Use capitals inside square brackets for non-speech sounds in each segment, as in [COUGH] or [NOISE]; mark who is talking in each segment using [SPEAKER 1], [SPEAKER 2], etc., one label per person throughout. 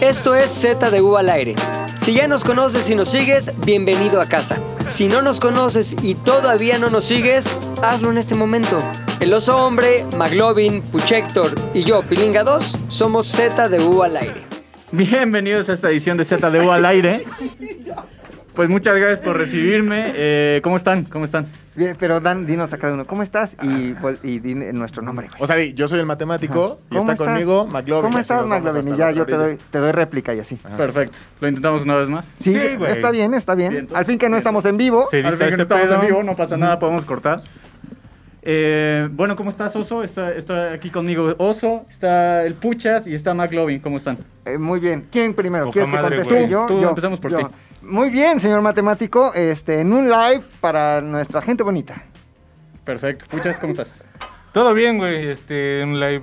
[SPEAKER 1] Esto es Z de U al aire. Si ya nos conoces y nos sigues, bienvenido a casa. Si no nos conoces y todavía no nos sigues, hazlo en este momento. El oso hombre, Maglovin, Puchector y yo, Pilinga 2, somos Z de U al aire.
[SPEAKER 2] Bienvenidos a esta edición de Z de U al aire. Pues muchas gracias por recibirme. Eh, ¿Cómo están? ¿Cómo están?
[SPEAKER 3] Bien, pero Dan, dinos a cada uno, ¿cómo estás? Y, pues, y di nuestro nombre. güey.
[SPEAKER 4] O sea, di, yo soy el matemático y está
[SPEAKER 3] estás?
[SPEAKER 4] conmigo McLovin.
[SPEAKER 3] ¿Cómo
[SPEAKER 4] y así
[SPEAKER 3] estás,
[SPEAKER 4] nos vamos
[SPEAKER 3] McLovin? Y
[SPEAKER 4] hasta
[SPEAKER 3] ya
[SPEAKER 4] la
[SPEAKER 3] yo te doy,
[SPEAKER 4] orilla.
[SPEAKER 3] te doy réplica y así.
[SPEAKER 5] Ah.
[SPEAKER 2] Perfecto. Lo intentamos una vez más.
[SPEAKER 3] Sí,
[SPEAKER 4] Sí, güey.
[SPEAKER 3] está bien, está bien.
[SPEAKER 2] Bien, todo
[SPEAKER 3] Al fin que no
[SPEAKER 2] bien.
[SPEAKER 3] estamos en vivo.
[SPEAKER 4] Se edita
[SPEAKER 2] Al fin que
[SPEAKER 4] este
[SPEAKER 2] estamos
[SPEAKER 4] pedo.
[SPEAKER 2] en vivo, no pasa nada, podemos cortar. Eh, bueno, ¿cómo estás, Oso? Está, está aquí conmigo Oso, está el Puchas y está McLovin. ¿Cómo están?
[SPEAKER 3] Eh, muy bien. ¿Quién primero?
[SPEAKER 4] Poca
[SPEAKER 3] ¿Quieres que
[SPEAKER 4] madre,
[SPEAKER 3] conteste
[SPEAKER 4] güey.
[SPEAKER 3] yo?
[SPEAKER 2] Tú, tú,
[SPEAKER 3] yo,
[SPEAKER 2] empecemos por
[SPEAKER 3] yo.
[SPEAKER 2] ti.
[SPEAKER 3] Muy bien, señor matemático. Este, en un live para nuestra gente bonita.
[SPEAKER 2] Perfecto. Puchas, ¿cómo estás?
[SPEAKER 5] Todo bien, güey. Este, un live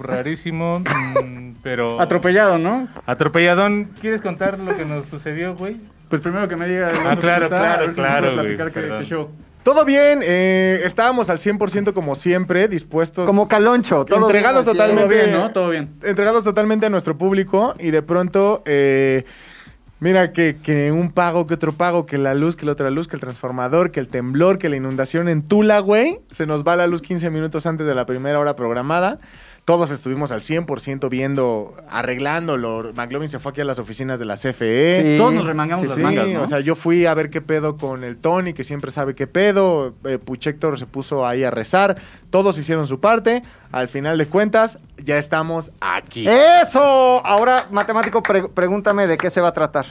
[SPEAKER 3] [LAUGHS]
[SPEAKER 5] rarísimo, mm, pero...
[SPEAKER 2] Atropellado, ¿no?
[SPEAKER 5] Atropelladón. ¿Quieres contar lo que nos sucedió, güey?
[SPEAKER 2] Pues primero que me diga. el
[SPEAKER 5] Ah,
[SPEAKER 2] Oso,
[SPEAKER 5] claro,
[SPEAKER 2] ¿cómo está?
[SPEAKER 5] claro,
[SPEAKER 2] A ver si
[SPEAKER 5] claro,
[SPEAKER 2] podemos
[SPEAKER 5] güey,
[SPEAKER 2] platicar que-
[SPEAKER 5] perdón.
[SPEAKER 2] que show.
[SPEAKER 4] Todo bien, eh, estábamos al 100% como siempre, dispuestos.
[SPEAKER 3] Como caloncho. todo
[SPEAKER 4] Entregados
[SPEAKER 3] bien, así.
[SPEAKER 2] Todo
[SPEAKER 4] totalmente.
[SPEAKER 2] bien, ¿no? Todo bien.
[SPEAKER 4] entregados totalmente a nuestro público y de pronto, eh, mira, que, que un pago, que otro pago, que la luz, que la otra luz, que el transformador, que el temblor, que la inundación en Tula, güey. Se nos va la luz 15 minutos antes de la primera hora programada. Todos estuvimos al 100% viendo, arreglándolo. McLovin se fue aquí a las oficinas de la E. CFE.
[SPEAKER 3] Sí,
[SPEAKER 2] Todos nos remangamos
[SPEAKER 3] sí,
[SPEAKER 2] las
[SPEAKER 4] Sí,
[SPEAKER 2] mangas, ¿no?
[SPEAKER 4] o sea, yo fui a ver qué pedo con el Tony, que siempre sabe qué pedo. Eh, Puchector se puso ahí a rezar. Todos hicieron su parte. Al final de cuentas, ya estamos aquí.
[SPEAKER 3] Eh. ¡Eso! Ahora, matemático, pre- pregúntame de qué se va a tratar.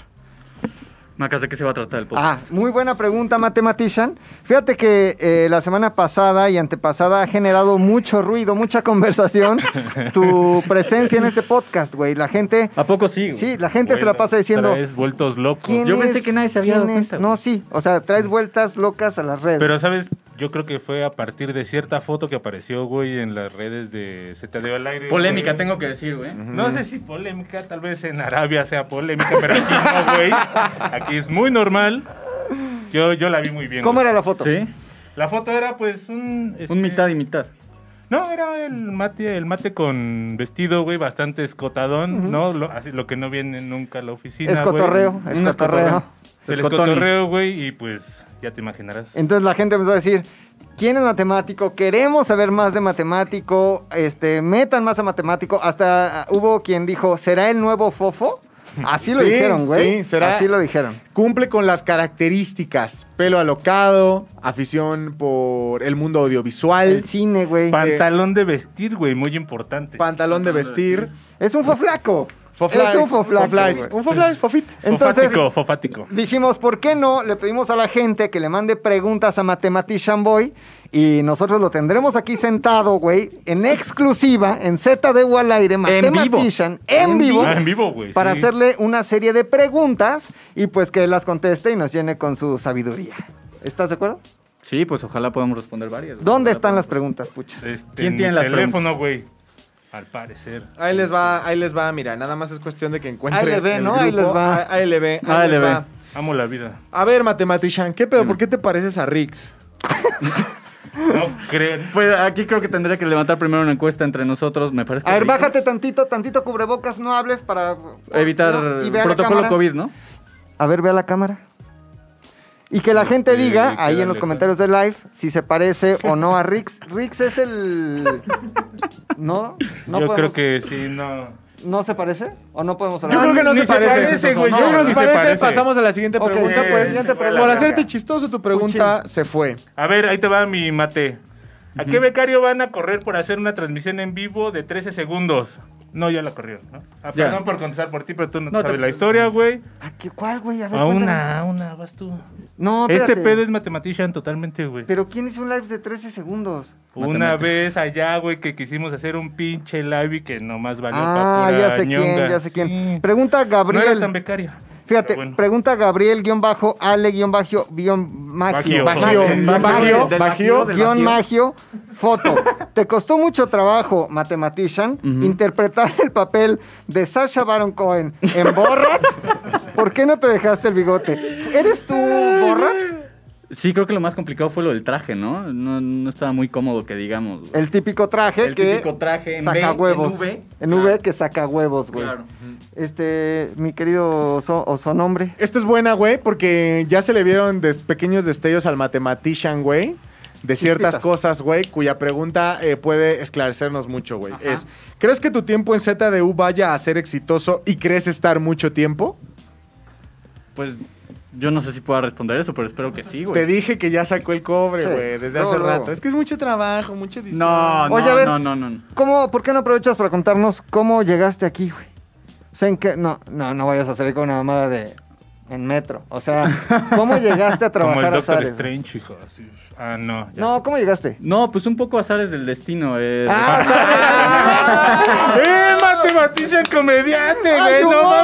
[SPEAKER 2] Macas, ¿de qué se va a tratar el
[SPEAKER 5] Pues,
[SPEAKER 2] podcast?
[SPEAKER 3] Ah, muy buena pregunta, Mathematician. Fíjate que eh, la semana pasada y antepasada ha generado mucho ruido, mucha [LAUGHS] conversación
[SPEAKER 5] [LAUGHS]
[SPEAKER 3] tu presencia en este podcast, güey. La gente,
[SPEAKER 5] Ah,
[SPEAKER 2] ¿A poco sí? güey?
[SPEAKER 3] ah,
[SPEAKER 5] pues,
[SPEAKER 3] sí, la gente se la pasa diciendo.
[SPEAKER 5] Es vueltos locos.
[SPEAKER 3] "¿Quién
[SPEAKER 2] Yo
[SPEAKER 3] es?
[SPEAKER 2] pensé que nadie se había dado
[SPEAKER 3] ¿Quién es?".
[SPEAKER 2] cuenta, güey.
[SPEAKER 3] No, sí, o sea, traes vueltas locas a las redes.
[SPEAKER 5] Pero, ¿sabes? Yo creo que fue a partir de cierta foto que apareció, güey, en las redes de ZDU al aire.
[SPEAKER 2] Polémica,
[SPEAKER 5] güey.
[SPEAKER 2] tengo que decir, güey.
[SPEAKER 5] No sé si polémica, tal vez en Arabia sea polémica, pero aquí no, güey. Aquí es muy normal. Yo, yo la vi muy bien.
[SPEAKER 3] ¿Cómo
[SPEAKER 5] güey.
[SPEAKER 3] era la foto?
[SPEAKER 2] Sí,
[SPEAKER 5] La foto era, pues, un... este,
[SPEAKER 2] un mitad y mitad.
[SPEAKER 5] No, era el mate, el mate con vestido, güey, bastante escotadón, ¿no? Lo, así, lo que no viene nunca a la oficina,
[SPEAKER 3] Es
[SPEAKER 5] güey.
[SPEAKER 3] cotorreo, es
[SPEAKER 2] Un
[SPEAKER 3] cotorreo.
[SPEAKER 5] El
[SPEAKER 2] Escotón.
[SPEAKER 5] escotorreo, güey, y pues ya te imaginarás.
[SPEAKER 3] Entonces la gente empezó a decir, ¿quién es matemático? Queremos saber más de matemático, este, metan más a matemático. Hasta ah, hubo quien dijo, ¿será el nuevo Fofo? Así lo
[SPEAKER 4] Sí,
[SPEAKER 3] dijeron, güey.
[SPEAKER 4] sí, será.
[SPEAKER 3] Así lo dijeron.
[SPEAKER 4] Cumple con las características: pelo alocado, afición por el mundo audiovisual,
[SPEAKER 3] El cine, güey.
[SPEAKER 5] Pantalón de vestir, güey, muy importante.
[SPEAKER 4] pantalón de vestir.
[SPEAKER 3] Es un foflaco.
[SPEAKER 4] Foflies,
[SPEAKER 3] es un foflaco.
[SPEAKER 4] foflies,
[SPEAKER 3] güey.
[SPEAKER 4] Un foflies, fofit.
[SPEAKER 3] Entonces-
[SPEAKER 5] fofático, fofático.
[SPEAKER 3] Dijimos, ¿por qué no? Le pedimos a la gente que le mande preguntas a Mathematician Boy y nosotros lo tendremos aquí sentado, güey, en exclusiva, en ZDU al aire,
[SPEAKER 2] vivo.
[SPEAKER 3] Mathematician, en,
[SPEAKER 2] En
[SPEAKER 3] vivo,
[SPEAKER 5] Ah, en vivo, güey.
[SPEAKER 3] para
[SPEAKER 5] sí.
[SPEAKER 3] hacerle una serie de preguntas y pues que las conteste y nos llene con su sabiduría. ¿Estás de acuerdo?
[SPEAKER 2] Sí, pues ojalá podamos responder varias. güey.
[SPEAKER 3] ¿Dónde
[SPEAKER 2] Ojalá
[SPEAKER 3] están las
[SPEAKER 2] podamos-
[SPEAKER 3] preguntas, pucha?
[SPEAKER 5] Este,
[SPEAKER 2] ¿Quién
[SPEAKER 5] mi
[SPEAKER 2] tiene las
[SPEAKER 5] teléfono, güey? Al parecer.
[SPEAKER 4] Ahí les va, ahí les va, mira, nada más es cuestión de que encuentren.
[SPEAKER 3] Ahí le ve,
[SPEAKER 4] el
[SPEAKER 3] ¿no? Ahí
[SPEAKER 4] grupo.
[SPEAKER 3] les va.
[SPEAKER 4] Ah, Ahí le ve, ahí
[SPEAKER 2] Ahí le
[SPEAKER 4] les
[SPEAKER 2] ve.
[SPEAKER 4] va.
[SPEAKER 5] Amo la vida.
[SPEAKER 4] A ver, Matematician, ¿qué pedo? ¿Por qué te pareces a Riggs?
[SPEAKER 5] No creo.
[SPEAKER 2] Pues aquí creo que tendría que levantar primero una encuesta entre nosotros, me parece.
[SPEAKER 3] A ver,
[SPEAKER 2] rico.
[SPEAKER 3] bájate tantito, tantito cubrebocas, no hables para...
[SPEAKER 2] Evitar
[SPEAKER 3] ¿no? Y ve a la
[SPEAKER 2] protocolo
[SPEAKER 3] cámara.
[SPEAKER 2] COVID, ¿no?
[SPEAKER 3] A ver, ve a la cámara. Y que la gente
[SPEAKER 5] Sí,
[SPEAKER 3] diga
[SPEAKER 5] qué
[SPEAKER 3] ahí en
[SPEAKER 5] dale,
[SPEAKER 3] los
[SPEAKER 5] ¿no?
[SPEAKER 3] comentarios de live si se parece o no a Rix. Rix es el. ¿No? ¿No,
[SPEAKER 5] Yo
[SPEAKER 3] podemos-
[SPEAKER 5] creo que sí, no.
[SPEAKER 3] ¿No se parece? ¿O no podemos
[SPEAKER 4] Yo
[SPEAKER 3] hablar? Ah,
[SPEAKER 4] creo que no
[SPEAKER 5] ni
[SPEAKER 4] se
[SPEAKER 5] se
[SPEAKER 4] parece.
[SPEAKER 5] parece,
[SPEAKER 4] Yo
[SPEAKER 5] güey. No,
[SPEAKER 4] creo que no
[SPEAKER 5] ni
[SPEAKER 4] se
[SPEAKER 5] se
[SPEAKER 4] parece.
[SPEAKER 5] parece.
[SPEAKER 4] Pasamos a la siguiente
[SPEAKER 3] Ok,
[SPEAKER 4] pregunta,
[SPEAKER 3] sí,
[SPEAKER 4] pues.
[SPEAKER 3] siguiente
[SPEAKER 4] Por
[SPEAKER 3] pregunta.
[SPEAKER 4] hacerte chistoso tu pregunta, se fue.
[SPEAKER 5] A ver, ahí te va mi mate. ¿A qué becario van a correr por hacer una transmisión en vivo de 13 segundos? No, ya la corrió, ¿no? Ah,
[SPEAKER 2] Ya.
[SPEAKER 5] Perdón por contestar por ti, pero tú no,
[SPEAKER 2] No,
[SPEAKER 5] sabes
[SPEAKER 2] te-
[SPEAKER 5] la historia, güey.
[SPEAKER 3] ¿A Ah, qué- ¿Cuál, güey? A ver.
[SPEAKER 5] A
[SPEAKER 3] cuéntame.
[SPEAKER 5] una, a una, vas tú.
[SPEAKER 3] No,
[SPEAKER 5] este
[SPEAKER 3] espérate.
[SPEAKER 5] pedo es matematician totalmente, güey.
[SPEAKER 3] Pero ¿quién hizo un live de 13 segundos?
[SPEAKER 5] Una vez allá, güey, que quisimos hacer un pinche live y que nomás valió pa'
[SPEAKER 3] ah,
[SPEAKER 5] pura
[SPEAKER 3] ya sé
[SPEAKER 5] ñonga.
[SPEAKER 3] quién, ya sé quién.
[SPEAKER 5] Sí.
[SPEAKER 3] Pregunta
[SPEAKER 5] No
[SPEAKER 3] Gabriel.
[SPEAKER 5] era tan becario.
[SPEAKER 3] Fíjate,
[SPEAKER 5] pero bueno.
[SPEAKER 3] pregunta Gabriel guión bajo, Ale guión bajo, guión magio.
[SPEAKER 5] Bajío.
[SPEAKER 4] Bajío,
[SPEAKER 5] Del
[SPEAKER 4] bajío,
[SPEAKER 2] Bajío, del
[SPEAKER 4] bajío.
[SPEAKER 2] Bajío, del
[SPEAKER 3] guión magio, foto. Te costó mucho trabajo, Mathematician,
[SPEAKER 2] Ujú.
[SPEAKER 3] interpretar el papel de Sasha Baron Cohen en Borat. ¿Por qué no te dejaste el bigote? ¿Eres tú Borat?
[SPEAKER 2] Sí, creo que lo más complicado fue lo del traje, ¿no? No, no estaba muy cómodo que digamos. güey.
[SPEAKER 3] El típico traje
[SPEAKER 2] El
[SPEAKER 3] que
[SPEAKER 2] típico traje en
[SPEAKER 3] saca
[SPEAKER 2] V,
[SPEAKER 3] huevos.
[SPEAKER 2] en V.
[SPEAKER 3] En V
[SPEAKER 2] Claro.
[SPEAKER 3] que saca huevos, güey.
[SPEAKER 2] Claro.
[SPEAKER 3] Este, mi querido oso, nombre.
[SPEAKER 4] Esta es buena, güey, porque ya se le vieron des- pequeños destellos al matematician, güey. De ciertas
[SPEAKER 3] Chispitas.
[SPEAKER 4] cosas, güey, cuya pregunta eh, puede esclarecernos mucho, güey. Es, ¿crees que tu tiempo en ZDU vaya a ser exitoso y crees estar mucho tiempo?
[SPEAKER 2] Pues yo no sé si pueda responder eso, pero espero que sí,
[SPEAKER 4] Te
[SPEAKER 2] güey.
[SPEAKER 4] dije que ya sacó el cobre,
[SPEAKER 3] Sí,
[SPEAKER 4] güey, desde
[SPEAKER 3] luego,
[SPEAKER 4] hace
[SPEAKER 3] luego.
[SPEAKER 4] rato. Es que es mucho trabajo, mucho diseño.
[SPEAKER 2] No, no,
[SPEAKER 3] Oye, a ver.
[SPEAKER 2] no, no, no. no.
[SPEAKER 3] ¿Cómo, por qué no aprovechas para contarnos cómo llegaste aquí, güey? O sea, en qué, no, no, no vayas a salir con una mamada de, en metro. O sea,
[SPEAKER 2] [LAUGHS]
[SPEAKER 3] ¿cómo llegaste a trabajar
[SPEAKER 5] Como el
[SPEAKER 3] a
[SPEAKER 5] Doctor
[SPEAKER 3] Zares?
[SPEAKER 5] Strange, hijo. así. Ah, no. ya.
[SPEAKER 3] No, ¿cómo llegaste?
[SPEAKER 2] No, pues un poco azares del destino. Eh,
[SPEAKER 3] Ah,
[SPEAKER 5] [LAUGHS] ¡Eh, matematician comediante, güey!
[SPEAKER 3] ¡Ay,
[SPEAKER 5] ¡No
[SPEAKER 3] humor!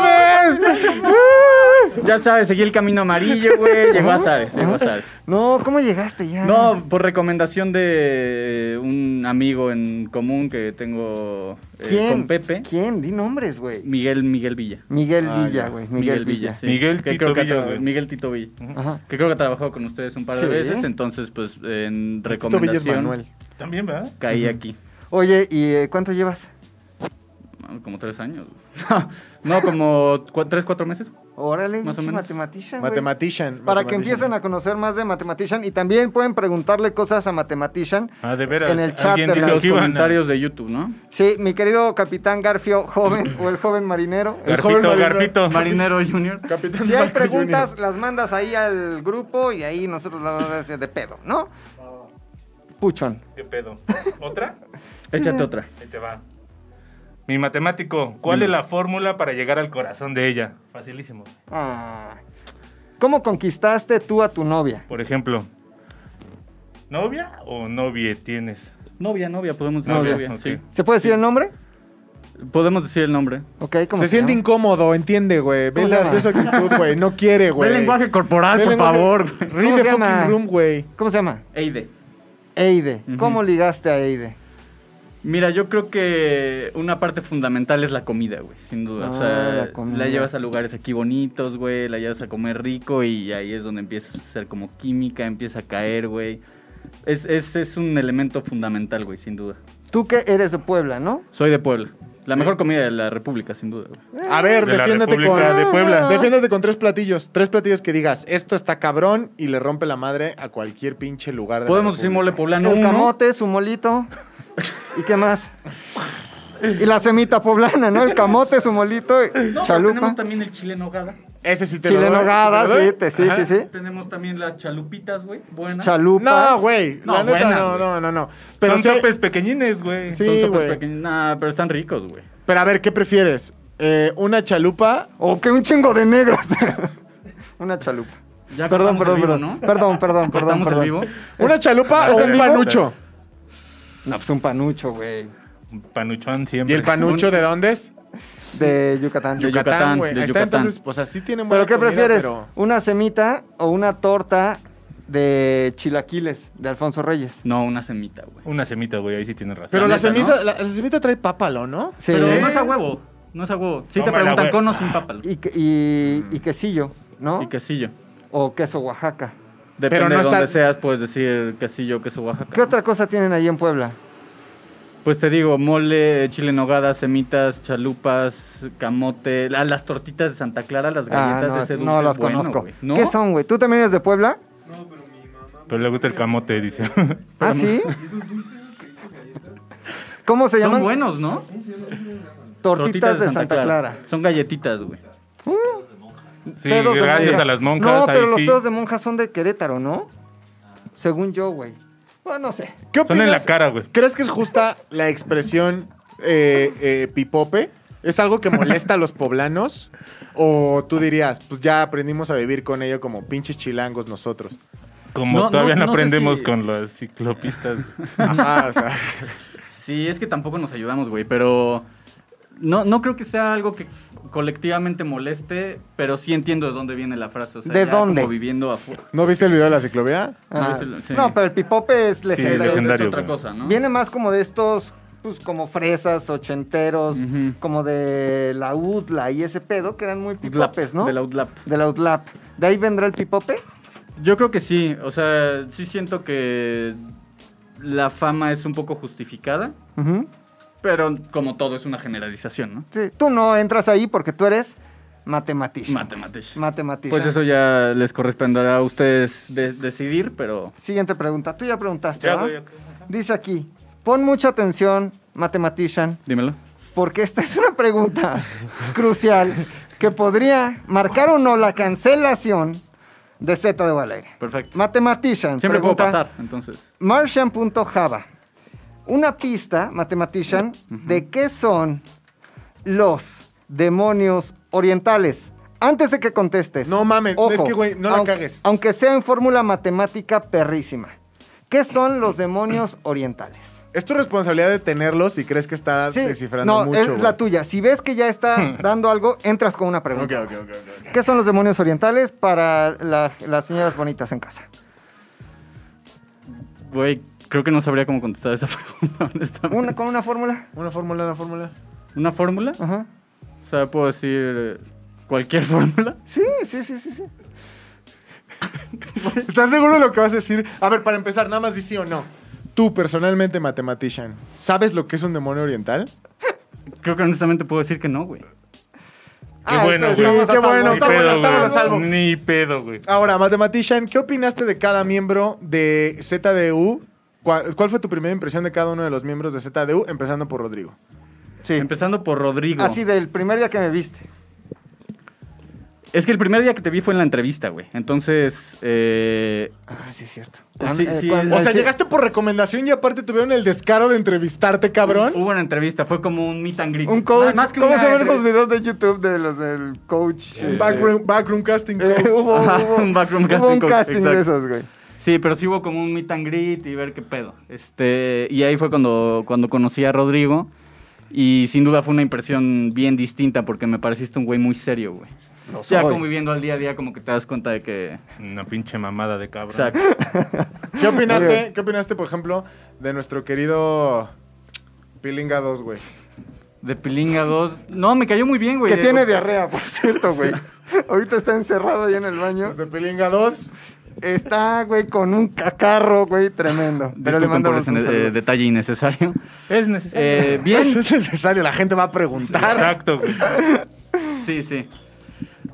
[SPEAKER 5] mames!
[SPEAKER 2] Ya sabes, seguí el camino amarillo,
[SPEAKER 3] [LAUGHS]
[SPEAKER 2] güey. Llegó a Azares, llegó a Azares.
[SPEAKER 3] No, Ah. ¿cómo llegaste ya? Eh,
[SPEAKER 2] No, eh, por recomendación de un amigo en común que tengo eh,
[SPEAKER 3] ¿Quién?
[SPEAKER 2] con Pepe.
[SPEAKER 3] ¿Quién? Di nombres, güey.
[SPEAKER 2] Miguel, Miguel Villa.
[SPEAKER 3] Miguel
[SPEAKER 4] Ah,
[SPEAKER 3] Villa,
[SPEAKER 4] ya.
[SPEAKER 3] güey. Miguel, Villa.
[SPEAKER 2] sí.
[SPEAKER 5] Miguel
[SPEAKER 2] Que
[SPEAKER 5] Tito
[SPEAKER 2] creo que ha
[SPEAKER 5] Villa,
[SPEAKER 2] tra-
[SPEAKER 5] güey.
[SPEAKER 2] Miguel Tito Villa.
[SPEAKER 3] Ajá.
[SPEAKER 2] Que creo que ha trabajado con ustedes un par de
[SPEAKER 3] Sí.
[SPEAKER 2] veces, entonces pues en
[SPEAKER 4] Tito Villa es
[SPEAKER 2] recomendación
[SPEAKER 4] Manuel.
[SPEAKER 5] También, ¿verdad?
[SPEAKER 2] caí aquí.
[SPEAKER 3] Oye, ¿y eh, cuánto llevas?
[SPEAKER 2] Ah, Como tres años. [LAUGHS] no, como cua- tres, cuatro meses.
[SPEAKER 3] Órale,
[SPEAKER 2] Más o
[SPEAKER 3] pinche
[SPEAKER 2] menos.
[SPEAKER 3] Matematician, güey.
[SPEAKER 4] Matematician.
[SPEAKER 3] Para que
[SPEAKER 4] mathematician.
[SPEAKER 3] empiecen a conocer más de Matematician y también pueden preguntarle cosas a Matematician.
[SPEAKER 5] Ah, de veras.
[SPEAKER 3] En el chat
[SPEAKER 5] Alguien
[SPEAKER 3] de
[SPEAKER 5] dijo
[SPEAKER 3] la-
[SPEAKER 2] Los
[SPEAKER 5] que iban a-
[SPEAKER 2] comentarios de YouTube,
[SPEAKER 5] [LAUGHS]
[SPEAKER 2] ¿no?
[SPEAKER 3] Sí, mi querido capitán Garfio joven
[SPEAKER 4] [LAUGHS]
[SPEAKER 3] o el joven marinero.
[SPEAKER 4] El
[SPEAKER 5] Garfito,
[SPEAKER 4] joven Marinero.
[SPEAKER 5] Garfito.
[SPEAKER 2] Marinero Junior.
[SPEAKER 4] Capitán
[SPEAKER 3] Si hay
[SPEAKER 4] Marco
[SPEAKER 3] preguntas,
[SPEAKER 4] Jr.
[SPEAKER 3] las mandas ahí al grupo y ahí nosotros las vamos a hacer de pedo, ¿no? Puchón.
[SPEAKER 5] ¿Qué pedo? ¿Otra?
[SPEAKER 2] Échate otra.
[SPEAKER 5] Ahí te va. Mi matemático, ¿cuál es la fórmula para llegar al corazón de ella? Facilísimo.
[SPEAKER 3] Ah. ¿Cómo conquistaste tú a tu novia?
[SPEAKER 5] Por ejemplo, ¿novia o novie tienes?
[SPEAKER 2] Novia, novia, podemos decir
[SPEAKER 5] Novia,
[SPEAKER 2] novia,
[SPEAKER 5] ok.
[SPEAKER 2] sí.
[SPEAKER 3] ¿Se puede decir el nombre?
[SPEAKER 2] Podemos decir el nombre.
[SPEAKER 3] Ok, ¿cómo
[SPEAKER 4] Se siente
[SPEAKER 3] llama?
[SPEAKER 4] incómodo, entiende, güey. Ve,
[SPEAKER 3] ¿Cómo se
[SPEAKER 4] las-
[SPEAKER 3] llama?
[SPEAKER 4] ve su actitud, güey. No quiere,
[SPEAKER 2] Ve
[SPEAKER 4] güey.
[SPEAKER 2] el lenguaje corporal,
[SPEAKER 4] Ve
[SPEAKER 2] por
[SPEAKER 4] lenguaje-
[SPEAKER 2] favor.
[SPEAKER 4] Read
[SPEAKER 3] Ah, ¿Cómo
[SPEAKER 4] the
[SPEAKER 3] se
[SPEAKER 4] fucking
[SPEAKER 3] llama?
[SPEAKER 4] room, güey.
[SPEAKER 3] ¿Cómo se llama?
[SPEAKER 2] Eide.
[SPEAKER 3] Eide.
[SPEAKER 2] Ujú.
[SPEAKER 3] ¿Cómo ligaste a Eide?
[SPEAKER 2] Mira, yo creo que una parte fundamental es la comida, güey, sin duda. o
[SPEAKER 3] Ah, la
[SPEAKER 2] sea, la,
[SPEAKER 3] comida.
[SPEAKER 2] llevas a lugares aquí bonitos, güey, la llevas a comer rico y ahí es donde empieza a ser como química, empieza a caer, güey. Es, es, es un elemento fundamental, güey, sin duda.
[SPEAKER 3] Tú que eres de Puebla, ¿no?
[SPEAKER 2] Soy de Puebla. La mejor comida de la República, sin duda, güey.
[SPEAKER 4] A ver,
[SPEAKER 5] De la
[SPEAKER 4] defiéndete con.
[SPEAKER 5] República de Puebla.
[SPEAKER 4] Defiéndete con tres platillos. Tres platillos que digas, esto está cabrón y le rompe la madre a cualquier pinche lugar. De la
[SPEAKER 2] Podemos decir mole
[SPEAKER 4] República.
[SPEAKER 2] poblano
[SPEAKER 3] el
[SPEAKER 2] uno.
[SPEAKER 3] camote, su molito. ¿Y qué más? Y la semita poblana, ¿no? El camote, su molito, y
[SPEAKER 2] No, pero
[SPEAKER 3] chalupa.
[SPEAKER 2] tenemos también el chile en nogada.
[SPEAKER 4] Ese sí te
[SPEAKER 3] Chile en
[SPEAKER 4] lo doy,
[SPEAKER 3] nogada,
[SPEAKER 4] ese te lo
[SPEAKER 3] sí,
[SPEAKER 4] doy.
[SPEAKER 3] te- sí, sí, sí.
[SPEAKER 2] Tenemos también las chalupitas, güey, buenas.
[SPEAKER 3] Chalupas.
[SPEAKER 4] No, güey.
[SPEAKER 2] No,
[SPEAKER 4] la neta,
[SPEAKER 2] buena,
[SPEAKER 4] no,
[SPEAKER 2] güey.
[SPEAKER 4] no, no, no.
[SPEAKER 5] Pero
[SPEAKER 4] Pero,
[SPEAKER 5] Son
[SPEAKER 4] sí-
[SPEAKER 5] sopes pequeñines, güey.
[SPEAKER 4] Sí.
[SPEAKER 2] Son súper
[SPEAKER 4] güey.
[SPEAKER 2] pequeños. Nah, pero están ricos, güey.
[SPEAKER 4] pero a ver, ¿qué prefieres? Eh, ¿Una chalupa?
[SPEAKER 3] O que un chingo de negros. [LAUGHS] Una chalupa.
[SPEAKER 2] Ya
[SPEAKER 3] Perdón,
[SPEAKER 2] cortamos el
[SPEAKER 3] perdón,
[SPEAKER 2] vivo,
[SPEAKER 3] perdón,
[SPEAKER 2] ¿no?
[SPEAKER 3] perdón, perdón, perdón,
[SPEAKER 2] ¿Cortamos el
[SPEAKER 3] perdón.
[SPEAKER 2] vivo?
[SPEAKER 4] ¿Una chalupa
[SPEAKER 3] ¿Es
[SPEAKER 4] o
[SPEAKER 3] en
[SPEAKER 4] un
[SPEAKER 3] vivo?
[SPEAKER 4] panucho?
[SPEAKER 3] No, pues un panucho, güey.
[SPEAKER 5] Un Panuchón siempre.
[SPEAKER 4] ¿Y el panucho de dónde es?
[SPEAKER 3] De Yucatán.
[SPEAKER 2] De Yucatán,
[SPEAKER 4] güey.
[SPEAKER 2] de
[SPEAKER 4] Ahí está,
[SPEAKER 2] Yucatán.
[SPEAKER 4] entonces, pues así
[SPEAKER 3] ¿Pero
[SPEAKER 4] tienen buena
[SPEAKER 3] qué
[SPEAKER 4] comida,
[SPEAKER 3] prefieres?
[SPEAKER 4] pero-
[SPEAKER 3] ¿Una semita o una torta de chilaquiles de Alfonso Reyes?
[SPEAKER 2] No, una semita, güey.
[SPEAKER 5] Una semita, güey, ahí sí tienes razón.
[SPEAKER 4] Pero la,
[SPEAKER 2] neta, ¿no?
[SPEAKER 4] semita, la, la semita trae pápalo, ¿no?
[SPEAKER 3] Sí.
[SPEAKER 2] Pero no es a huevo. No es a huevo. Si te
[SPEAKER 5] Tómala,
[SPEAKER 2] preguntan
[SPEAKER 5] güey.
[SPEAKER 2] con o sin pápalo.
[SPEAKER 3] y, que- y- y quesillo, ¿no?
[SPEAKER 2] Y quesillo.
[SPEAKER 3] O queso Oaxaca.
[SPEAKER 2] Depende
[SPEAKER 4] Pero no
[SPEAKER 2] de dónde
[SPEAKER 4] está-
[SPEAKER 2] seas, puedes decir quesillo, queso Oaxaca.
[SPEAKER 3] ¿Qué otra cosa tienen ahí en Puebla?
[SPEAKER 2] Pues te digo, mole, chile en nogada, semitas, chalupas, camote, la- las tortitas de Santa Clara, las Pues galletas
[SPEAKER 3] ah, no,
[SPEAKER 2] de ese dulce
[SPEAKER 3] no
[SPEAKER 2] es
[SPEAKER 3] las
[SPEAKER 2] bueno,
[SPEAKER 3] conozco.
[SPEAKER 2] güey. ¿No?
[SPEAKER 3] ¿Qué son, güey? ¿Tú también eres de Puebla?
[SPEAKER 5] Pero le gusta el camote, dice. [LAUGHS]
[SPEAKER 3] ¿Ah,
[SPEAKER 2] [LAUGHS]
[SPEAKER 3] sí? ¿Cómo se
[SPEAKER 2] Son
[SPEAKER 3] llaman?
[SPEAKER 2] buenos, ¿no?
[SPEAKER 3] Tortitas, de Santa, Clara.
[SPEAKER 2] Son galletitas, güey.
[SPEAKER 5] Sí,
[SPEAKER 3] Pedos de
[SPEAKER 5] gracias
[SPEAKER 3] monja.
[SPEAKER 5] a las monjas,
[SPEAKER 3] No,
[SPEAKER 5] ahí
[SPEAKER 3] pero los
[SPEAKER 5] sí.
[SPEAKER 3] pedos de monjas son de Querétaro, ¿no? Según yo, güey. Bueno, no sé.
[SPEAKER 4] ¿Qué
[SPEAKER 5] Son en la
[SPEAKER 4] opinas?
[SPEAKER 5] cara, güey.
[SPEAKER 4] ¿Crees que es justa la expresión eh, eh, pipope? ¿Es algo que molesta a los poblanos? ¿O tú dirías, pues ya aprendimos a vivir con ello como pinches chilangos nosotros?
[SPEAKER 5] Como
[SPEAKER 2] No, no,
[SPEAKER 5] todavía no,
[SPEAKER 2] no sé
[SPEAKER 5] aprendemos
[SPEAKER 2] si-
[SPEAKER 5] con los
[SPEAKER 2] [LAUGHS]
[SPEAKER 5] ciclopistas.
[SPEAKER 4] Ajá, o sea.
[SPEAKER 2] Sí, es que tampoco nos ayudamos, güey, pero no, no creo que sea algo que colectivamente moleste, pero sí entiendo de dónde viene la frase. O sea,
[SPEAKER 3] ¿De
[SPEAKER 2] ya
[SPEAKER 3] dónde?
[SPEAKER 2] Como viviendo afuera.
[SPEAKER 4] ¿No viste el video de la ciclovía?
[SPEAKER 2] No,
[SPEAKER 3] Ah,
[SPEAKER 2] ese lo- sí.
[SPEAKER 3] No, pero el pipope es legendario.
[SPEAKER 5] legendario.
[SPEAKER 2] es otra
[SPEAKER 5] güey.
[SPEAKER 2] cosa, ¿no?
[SPEAKER 3] Viene más como de estos, pues como fresas, ochenteros,
[SPEAKER 2] Ujú.
[SPEAKER 3] como de la UDLA y ese pedo, que eran muy
[SPEAKER 2] Utlap,
[SPEAKER 3] pipopes, ¿no?
[SPEAKER 2] De la Utlap.
[SPEAKER 3] De la UDLAP. ¿De ahí vendrá el pipope?
[SPEAKER 2] Yo creo que sí, o sea, sí siento que la fama es un poco justificada,
[SPEAKER 3] Ujú.
[SPEAKER 2] Pero como todo es una generalización, ¿no?
[SPEAKER 3] Sí, Tú no entras ahí porque tú eres matematician.
[SPEAKER 2] Matemáticas.
[SPEAKER 3] Matematician.
[SPEAKER 2] Pues eso ya les corresponderá a ustedes de- decidir, pero
[SPEAKER 3] Siguiente pregunta. Tú ya preguntaste,
[SPEAKER 5] Ya,
[SPEAKER 3] ¿verdad?
[SPEAKER 5] güey, ok, ajá.
[SPEAKER 3] Dice aquí, pon mucha atención, matematician,
[SPEAKER 2] dímelo.
[SPEAKER 3] porque esta es una pregunta crucial que podría marcar o no la cancelación de Z de Valeria.
[SPEAKER 2] Perfecto.
[SPEAKER 3] Matematician.
[SPEAKER 2] Siempre puedo
[SPEAKER 3] pregunta,
[SPEAKER 2] pasar, entonces.
[SPEAKER 3] Martian.java. Una pista, matematician, de qué son los demonios orientales. Antes de que contestes.
[SPEAKER 4] No mames,
[SPEAKER 3] Ojo,
[SPEAKER 4] es que, güey, no la
[SPEAKER 3] aunque-
[SPEAKER 4] cagues.
[SPEAKER 3] Aunque sea en fórmula matemática perrísima. ¿Qué son los demonios orientales?
[SPEAKER 4] Es tu responsabilidad de tenerlos si crees que estás
[SPEAKER 3] Sí,
[SPEAKER 4] descifrando
[SPEAKER 3] no,
[SPEAKER 4] mucho.
[SPEAKER 3] es la
[SPEAKER 4] güey.
[SPEAKER 3] tuya. Si ves que ya
[SPEAKER 4] [LAUGHS]
[SPEAKER 3] está dando algo, entras con una
[SPEAKER 4] Ok,
[SPEAKER 3] pregunta.
[SPEAKER 4] ok, ok, ok, ok.
[SPEAKER 3] ¿Qué son los demonios orientales para la- las señoras bonitas en casa?
[SPEAKER 2] Güey, creo que no sabría cómo contestar esa [LAUGHS] pregunta, honestamente.
[SPEAKER 3] Una, ¿Con una fórmula?
[SPEAKER 4] Una fórmula, una fórmula.
[SPEAKER 2] ¿Una fórmula?
[SPEAKER 3] Ajá.
[SPEAKER 2] O sea, puedo decir eh, cualquier [LAUGHS] fórmula.
[SPEAKER 3] Sí, sí, sí, sí, sí.
[SPEAKER 4] [LAUGHS] ¿Estás seguro de lo que vas a decir? A ver, para empezar, nada más di sí o no. Tú, personalmente, matematician, ¿sabes lo que es un demonio oriental?
[SPEAKER 2] Creo que honestamente puedo decir que no, güey.
[SPEAKER 5] Ah, Qué bueno,
[SPEAKER 3] entonces
[SPEAKER 5] güey.
[SPEAKER 3] estamos a
[SPEAKER 4] Qué bueno,
[SPEAKER 3] salvo.
[SPEAKER 5] Ni
[SPEAKER 4] está bueno,
[SPEAKER 5] pedo,
[SPEAKER 4] estamos
[SPEAKER 5] güey.
[SPEAKER 4] a salvo.
[SPEAKER 5] Ni pedo, güey.
[SPEAKER 4] Ahora, matematician, ¿qué opinaste de cada miembro de ZDU? ¿Cuál, cuál fue tu primera impresión de cada uno de los miembros de ZDU? Empezando por Rodrigo.
[SPEAKER 3] Sí.
[SPEAKER 2] Empezando por Rodrigo.
[SPEAKER 3] Así del primer día que me viste.
[SPEAKER 2] Es que el primer día que te vi fue en la entrevista, güey. Entonces, eh,
[SPEAKER 3] Ah, sí, es cierto.
[SPEAKER 2] Sí, sí,
[SPEAKER 4] O sea, llegaste por recomendación y aparte tuvieron el descaro de entrevistarte, cabrón.
[SPEAKER 2] hubo una entrevista, fue como un meet and greet.
[SPEAKER 3] Un coach.
[SPEAKER 2] Más- más que
[SPEAKER 3] ¿Cómo
[SPEAKER 2] una
[SPEAKER 3] se ven esos
[SPEAKER 2] entrevista.
[SPEAKER 3] videos de YouTube de los del coach?
[SPEAKER 2] [LAUGHS]
[SPEAKER 3] Eh,
[SPEAKER 4] Backroom, backroom casting.
[SPEAKER 3] eh,
[SPEAKER 4] coach.
[SPEAKER 3] hubo,
[SPEAKER 2] Ajá,
[SPEAKER 3] hubo-
[SPEAKER 2] un backroom
[SPEAKER 3] hubo
[SPEAKER 2] casting
[SPEAKER 3] un
[SPEAKER 2] coach,
[SPEAKER 3] casting de
[SPEAKER 2] exacto.
[SPEAKER 3] esos, güey.
[SPEAKER 2] Sí, pero sí hubo como un meet and greet y ver qué pedo. Este, y ahí fue cuando, cuando conocí a Rodrigo. Y sin duda fue una impresión bien distinta porque me pareciste un güey muy serio, güey. ya
[SPEAKER 3] soy.
[SPEAKER 2] conviviendo al día a día como que te das cuenta de que...
[SPEAKER 5] Una pinche mamada de cabrón.
[SPEAKER 2] Exacto.
[SPEAKER 4] ¿Qué
[SPEAKER 3] Muy
[SPEAKER 4] opinaste,
[SPEAKER 3] bien.
[SPEAKER 4] ¿Qué opinaste, por ejemplo, de nuestro querido Pilinga 2, güey?
[SPEAKER 2] De Pilinga 2. No, me cayó muy bien, güey.
[SPEAKER 3] Que tiene diarrea,
[SPEAKER 2] [LAUGHS]
[SPEAKER 3] por cierto, güey. Ahorita está encerrado ahí en el baño.
[SPEAKER 2] Pues,
[SPEAKER 4] Nuestro Pilinga 2.
[SPEAKER 3] Está, güey, con un cacarro, güey, tremendo. Pero le
[SPEAKER 2] Disculpen por
[SPEAKER 3] mandamos
[SPEAKER 2] ese
[SPEAKER 3] un
[SPEAKER 2] eh,
[SPEAKER 3] saludo.
[SPEAKER 2] detalle innecesario.
[SPEAKER 5] Es necesario.
[SPEAKER 2] Eh, bien.
[SPEAKER 4] Eso [LAUGHS] es necesario, la gente va a preguntar.
[SPEAKER 5] Exacto, güey.
[SPEAKER 2] Sí, sí.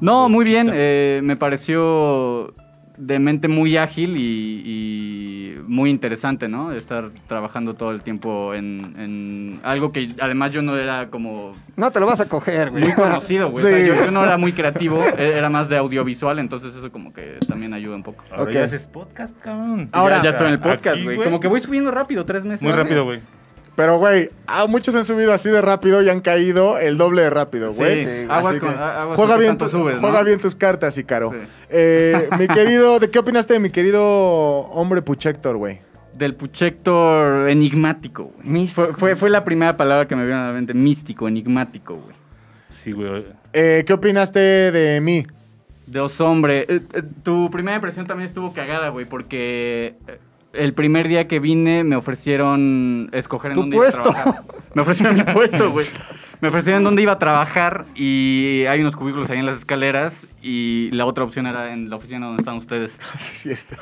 [SPEAKER 2] No, muy bien. eh, me pareció de mente muy ágil y, y muy interesante, ¿no? Estar trabajando todo el tiempo en, en algo que además yo no era como
[SPEAKER 3] No, te lo vas a coger, güey.
[SPEAKER 2] muy conocido, güey. O sea,
[SPEAKER 4] Sí.
[SPEAKER 2] yo, yo no era muy creativo, e- era más de audiovisual, entonces eso como que también ayuda un poco.
[SPEAKER 5] Ahora
[SPEAKER 3] Ok.
[SPEAKER 5] ya haces podcast, cabrón.
[SPEAKER 4] Ahora-
[SPEAKER 2] ya, ya estoy en el podcast,
[SPEAKER 5] Aquí,
[SPEAKER 2] güey. Como que voy subiendo rápido, tres meses.
[SPEAKER 5] Muy rápido, güey.
[SPEAKER 4] Pero, güey, a muchos han subido así de rápido y han caído el doble de rápido,
[SPEAKER 2] Sí,
[SPEAKER 4] güey.
[SPEAKER 2] sí,
[SPEAKER 4] Así
[SPEAKER 2] aguas
[SPEAKER 4] que
[SPEAKER 2] con- ah, aguas
[SPEAKER 4] juega
[SPEAKER 2] con qué
[SPEAKER 4] bien,
[SPEAKER 2] tanto
[SPEAKER 4] tu-
[SPEAKER 2] subes,
[SPEAKER 4] juega
[SPEAKER 2] ¿no?
[SPEAKER 4] bien tus cartas, Ícaro.
[SPEAKER 2] Sí.
[SPEAKER 4] Eh,
[SPEAKER 2] [LAUGHS]
[SPEAKER 4] mi querido, ¿de qué opinaste de mi querido hombre Puchector, güey?
[SPEAKER 2] Del Puchector enigmático, güey.
[SPEAKER 3] Místico.
[SPEAKER 2] Fue, fue, fue la primera palabra que me vino a la mente. Místico, enigmático, güey.
[SPEAKER 5] Sí, güey.
[SPEAKER 4] Eh, ¿Qué opinaste de mí?
[SPEAKER 2] Dios, hombre. Eh, eh, tu primera impresión también estuvo cagada, güey, porque eh, el primer día que vine me ofrecieron escoger en
[SPEAKER 3] Tu
[SPEAKER 2] dónde
[SPEAKER 3] puesto.
[SPEAKER 2] iba a trabajar. Me ofrecieron mi puesto, güey. Me ofrecieron dónde iba a trabajar y hay unos cubículos ahí en las escaleras y la otra opción era en la oficina donde están ustedes.
[SPEAKER 4] [LAUGHS] Sí, es cierto.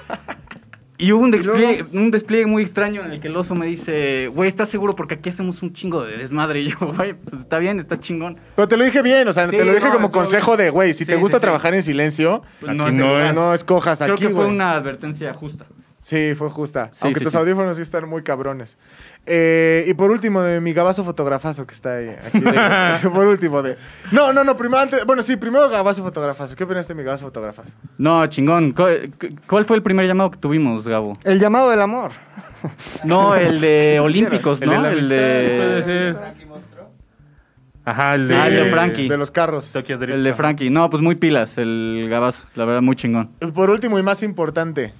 [SPEAKER 2] Y hubo un despliegue, un despliegue muy extraño en el que el oso me dice, güey, ¿estás seguro? Porque aquí hacemos un chingo de desmadre. Y yo, güey, pues está bien, está chingón.
[SPEAKER 4] Pero te lo dije bien, o sea,
[SPEAKER 2] Sí,
[SPEAKER 4] te lo dije
[SPEAKER 2] no,
[SPEAKER 4] como
[SPEAKER 2] estuvo
[SPEAKER 4] consejo
[SPEAKER 2] bien.
[SPEAKER 4] de, güey, si
[SPEAKER 2] Sí,
[SPEAKER 4] te gusta
[SPEAKER 2] sí, sí.
[SPEAKER 4] trabajar en silencio,
[SPEAKER 2] Pues,
[SPEAKER 5] Aquí
[SPEAKER 2] es
[SPEAKER 5] no
[SPEAKER 2] el
[SPEAKER 5] es.
[SPEAKER 2] lugar.
[SPEAKER 4] no escojas
[SPEAKER 2] Creo
[SPEAKER 4] aquí,
[SPEAKER 2] que fue
[SPEAKER 4] güey.
[SPEAKER 2] una advertencia justa.
[SPEAKER 4] Sí, fue justa.
[SPEAKER 2] Sí,
[SPEAKER 4] Aunque
[SPEAKER 2] sí,
[SPEAKER 4] tus
[SPEAKER 2] sí.
[SPEAKER 4] audífonos sí están muy cabrones. Eh, y por último, de mi gabazo fotografazo que está ahí. aquí.
[SPEAKER 2] [LAUGHS]
[SPEAKER 4] por último, de... No, no, no, primero antes... Bueno, sí, primero gabazo fotografazo. ¿Qué opinaste de mi gabazo fotografazo?
[SPEAKER 2] No, chingón. ¿Cuál, cu- cuál fue el primer llamado que tuvimos, Gabo?
[SPEAKER 3] El llamado del amor.
[SPEAKER 2] No, el de Olímpicos, ¿no?
[SPEAKER 5] El
[SPEAKER 2] El
[SPEAKER 5] de la amistad,
[SPEAKER 2] de,
[SPEAKER 5] puede ser. Ajá, el de,
[SPEAKER 2] Ah, el de Frankie.
[SPEAKER 4] De los carros.
[SPEAKER 5] Tokyo Drift.
[SPEAKER 2] el de Frankie. No, pues muy pilas, el Gabazo. La verdad, muy chingón.
[SPEAKER 4] Y Por último y más importante,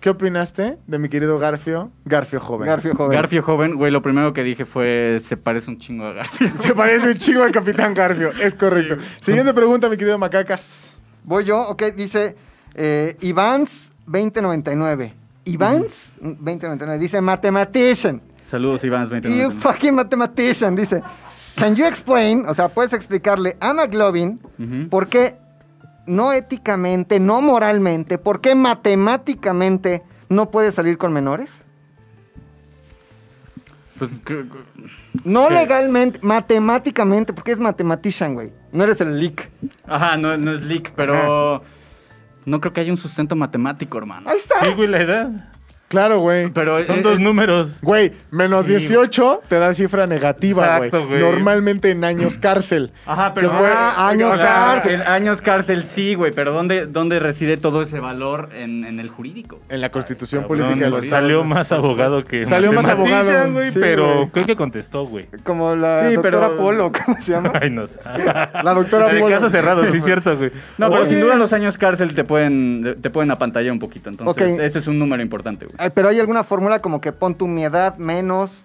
[SPEAKER 4] ¿qué opinaste de mi querido Garfio? Garfio joven.
[SPEAKER 3] Garfio joven.
[SPEAKER 2] Garfio joven, güey, lo primero que dije fue, se parece un chingo a Garfio.
[SPEAKER 4] [LAUGHS]
[SPEAKER 2] [LAUGHS]
[SPEAKER 4] Se parece un chingo al Capitán Garfio. Es correcto. Siguiente pregunta, mi querido Macacas.
[SPEAKER 3] Voy yo, ok, dice eh, Ivans 2099. Ivans 2099, dice Mathematician.
[SPEAKER 2] Saludos, Iván.
[SPEAKER 3] You fucking mathematician, dice. Can you explain, o sea, puedes explicarle a McLovin
[SPEAKER 2] Ujú.
[SPEAKER 3] por qué no éticamente, no moralmente, por qué matemáticamente no puede salir con menores?
[SPEAKER 2] Pues, creo-
[SPEAKER 3] No
[SPEAKER 2] Sí.
[SPEAKER 3] legalmente, matemáticamente, porque es matematician, güey. No eres el leak.
[SPEAKER 2] ajá, no, no es leak, pero no creo que haya un sustento matemático, hermano.
[SPEAKER 3] Ahí está.
[SPEAKER 5] Sí, güey, la edad.
[SPEAKER 4] Claro, güey.
[SPEAKER 2] Pero
[SPEAKER 5] Son
[SPEAKER 2] eh,
[SPEAKER 5] dos
[SPEAKER 2] eh,
[SPEAKER 5] números.
[SPEAKER 4] Güey, menos
[SPEAKER 5] Sí,
[SPEAKER 4] 18 te da cifra negativa, güey.
[SPEAKER 5] Exacto, güey.
[SPEAKER 4] Normalmente en
[SPEAKER 5] [CLEARS THROAT]
[SPEAKER 4] años cárcel.
[SPEAKER 2] Ajá, pero
[SPEAKER 4] Que fue-
[SPEAKER 3] Ah, años cárcel.
[SPEAKER 2] el años cárcel sí, güey, pero ¿dónde, ¿dónde reside todo ese valor en, en el jurídico?
[SPEAKER 4] En la constitución
[SPEAKER 5] Cabrón,
[SPEAKER 4] política de los
[SPEAKER 5] güey.
[SPEAKER 4] Estados.
[SPEAKER 5] Salió más abogado que.
[SPEAKER 4] Salió más
[SPEAKER 5] matematician,
[SPEAKER 4] abogado.
[SPEAKER 5] güey,
[SPEAKER 4] Sí,
[SPEAKER 5] pero
[SPEAKER 4] güey.
[SPEAKER 5] creo que contestó, güey.
[SPEAKER 3] Como la
[SPEAKER 2] Sí,
[SPEAKER 3] doctora
[SPEAKER 2] pero-
[SPEAKER 3] Polo, [LAUGHS] ¿cómo se llama?
[SPEAKER 5] Ay, no sé.
[SPEAKER 4] La doctora
[SPEAKER 5] El
[SPEAKER 4] Polo.
[SPEAKER 5] caso cerrado, sí, cierto, güey.
[SPEAKER 2] No, pero
[SPEAKER 4] Oye.
[SPEAKER 2] sin duda los años cárcel te pueden, te pueden apantallar un poquito, entonces
[SPEAKER 3] Ok.
[SPEAKER 2] ese es un número importante, güey.
[SPEAKER 3] Ay, pero hay alguna fórmula como que pon tu mi edad menos.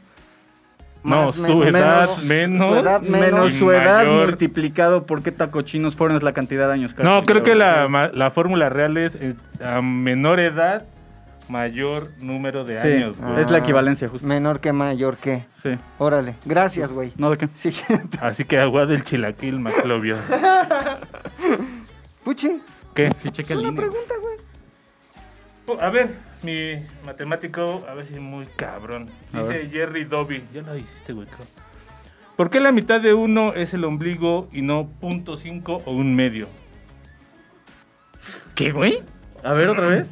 [SPEAKER 5] No,
[SPEAKER 3] más,
[SPEAKER 5] su
[SPEAKER 3] menos,
[SPEAKER 5] edad
[SPEAKER 3] menos,
[SPEAKER 5] menos.
[SPEAKER 3] su edad
[SPEAKER 2] Menos
[SPEAKER 3] Ah, menos.
[SPEAKER 5] Y
[SPEAKER 2] su edad
[SPEAKER 5] mayor.
[SPEAKER 2] multiplicado por qué tacochinos fueron es la cantidad de años cárcel.
[SPEAKER 5] No, creo que
[SPEAKER 2] güey.
[SPEAKER 5] la, ma- la fórmula real es eh, a menor edad, mayor número de
[SPEAKER 2] Sí,
[SPEAKER 5] años, güey.
[SPEAKER 2] es la equivalencia, justo.
[SPEAKER 3] Menor que mayor que.
[SPEAKER 2] Sí.
[SPEAKER 3] Órale. Gracias, güey.
[SPEAKER 2] ¿No de qué?
[SPEAKER 3] Siguiente. [LAUGHS]
[SPEAKER 5] Así que agua del chilaquil, Maclovio.
[SPEAKER 3] Puchi,
[SPEAKER 5] ¿Qué?
[SPEAKER 2] Sí, checa el
[SPEAKER 3] una
[SPEAKER 2] INE.
[SPEAKER 3] pregunta, güey.
[SPEAKER 5] Po- A ver, mi matemático, a ver si muy cabrón. Dice Jerry Dobby. Ya lo hiciste, güey. creo. ¿Por qué la mitad de uno es el ombligo y no punto cinco o un medio?
[SPEAKER 2] ¿Qué, güey? A ver, otra vez.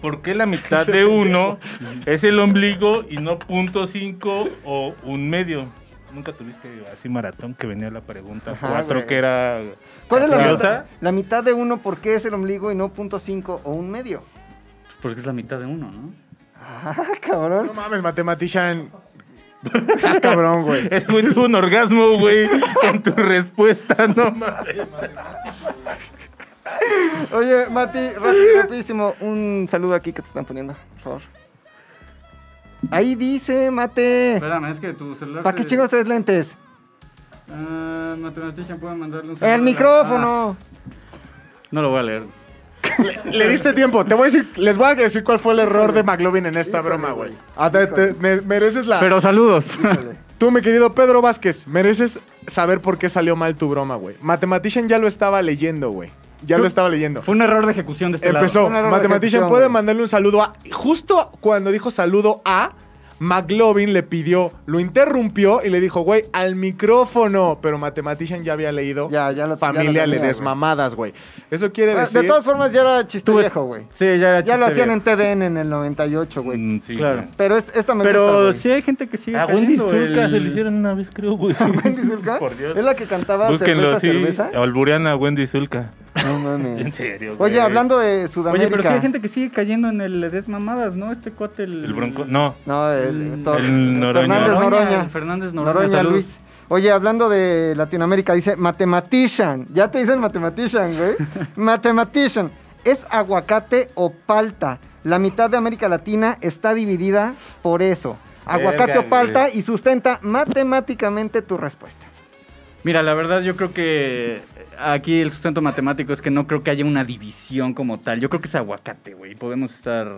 [SPEAKER 5] ¿Por qué la
[SPEAKER 2] [LAUGHS]
[SPEAKER 5] mitad de uno es el ombligo y no punto cinco o un medio? Nunca tuviste así maratón que venía la pregunta
[SPEAKER 3] Ajá,
[SPEAKER 5] cuatro
[SPEAKER 3] güey.
[SPEAKER 5] que era.
[SPEAKER 3] ¿Cuál es la
[SPEAKER 5] Curiosa.
[SPEAKER 3] mitad? La mitad de uno, ¿por qué es el ombligo y no punto cinco o un medio? [LAUGHS]
[SPEAKER 2] Porque es la mitad de uno, ¿no?
[SPEAKER 3] Ah, cabrón.
[SPEAKER 4] No mames, matematician.
[SPEAKER 5] [LAUGHS]
[SPEAKER 4] Estás cabrón, güey.
[SPEAKER 5] Es güey tuvo un orgasmo, güey, con tu respuesta, no mames.
[SPEAKER 3] Oye, Mati, rápido, rapidísimo, un saludo aquí que te están poniendo, por favor. Ahí dice, Mate.
[SPEAKER 2] Espérame, es que tu celular.
[SPEAKER 3] ¿Para qué chingos tres lentes?
[SPEAKER 2] Ah, matematician, pueden mandarle un saludo a
[SPEAKER 3] El
[SPEAKER 2] la-
[SPEAKER 3] micrófono.
[SPEAKER 2] Ah, no lo voy a leer.
[SPEAKER 4] Le diste tiempo. Te voy a decir, les voy a decir cuál fue el error de McLovin en esta broma, güey. Ah, te- te- me- mereces la.
[SPEAKER 2] Pero saludos.
[SPEAKER 4] Tú, mi querido Pedro Vázquez, mereces saber por qué salió mal tu broma, güey. Matematician ya lo estaba leyendo, güey. Ya lo estaba leyendo.
[SPEAKER 2] Fue un error de ejecución de este
[SPEAKER 4] Empezó.
[SPEAKER 3] Un error de
[SPEAKER 4] Matematician
[SPEAKER 3] ejecución,
[SPEAKER 4] puede
[SPEAKER 3] güey.
[SPEAKER 4] mandarle un saludo a. Justo cuando dijo saludo a, McLovin le pidió, lo interrumpió y le dijo, güey, al micrófono. Pero Matematician ya había leído.
[SPEAKER 3] Ya, ya lo- ya lo
[SPEAKER 4] Familia
[SPEAKER 3] tenía,
[SPEAKER 4] le
[SPEAKER 3] güey.
[SPEAKER 4] desmamadas, güey. Eso quiere
[SPEAKER 3] Ah,
[SPEAKER 4] decir.
[SPEAKER 3] De todas formas, ya era chiste viejo, güey.
[SPEAKER 2] Sí, ya era
[SPEAKER 3] Ya lo
[SPEAKER 2] Ah, chiste
[SPEAKER 3] hacían en
[SPEAKER 2] viejo.
[SPEAKER 3] TDN en el 98, güey.
[SPEAKER 5] Mm, sí,
[SPEAKER 2] Claro.
[SPEAKER 5] güey.
[SPEAKER 3] Pero es- esta me gusta,
[SPEAKER 2] Pero
[SPEAKER 3] güey.
[SPEAKER 2] sí hay gente que sigue.
[SPEAKER 5] A Wendy
[SPEAKER 2] cayendo,
[SPEAKER 5] Zulka
[SPEAKER 2] el-
[SPEAKER 5] se le hicieron una vez, creo, [LAUGHS] güey.
[SPEAKER 3] Wendy Zulka,
[SPEAKER 5] Por Dios.
[SPEAKER 3] Es la que cantaba
[SPEAKER 5] Búsquenlo
[SPEAKER 3] cerveza,
[SPEAKER 5] así.
[SPEAKER 3] cerveza.
[SPEAKER 5] [LAUGHS] Alburean a Wendy Zulka.
[SPEAKER 3] No
[SPEAKER 5] En [LAUGHS]
[SPEAKER 3] mames.
[SPEAKER 5] serio, güey.
[SPEAKER 3] [LAUGHS] Oye, hablando de Sudamérica.
[SPEAKER 2] Oye, pero sí hay gente que sigue cayendo en el desmamadas, ¿no? Este cuate, el.
[SPEAKER 5] El bronco. No.
[SPEAKER 3] No, eh, el,
[SPEAKER 2] El
[SPEAKER 3] Tor-
[SPEAKER 5] Noroña.
[SPEAKER 3] Fernández Noroña.
[SPEAKER 2] El Fernández Noroña,
[SPEAKER 3] Noroña,
[SPEAKER 2] salud.
[SPEAKER 3] Luis. Oye, hablando de Latinoamérica, dice matematician. Ya te dicen matematician,
[SPEAKER 2] [LAUGHS]
[SPEAKER 3] güey. matematician. ¿Es aguacate o palta? La mitad de América Latina está dividida por eso. Aguacate
[SPEAKER 5] Verga,
[SPEAKER 3] o palta y sustenta matemáticamente tu respuesta.
[SPEAKER 2] Mira, la verdad yo creo que aquí el sustento matemático es que no creo que haya una división como tal. Yo creo que es aguacate, güey. Podemos estar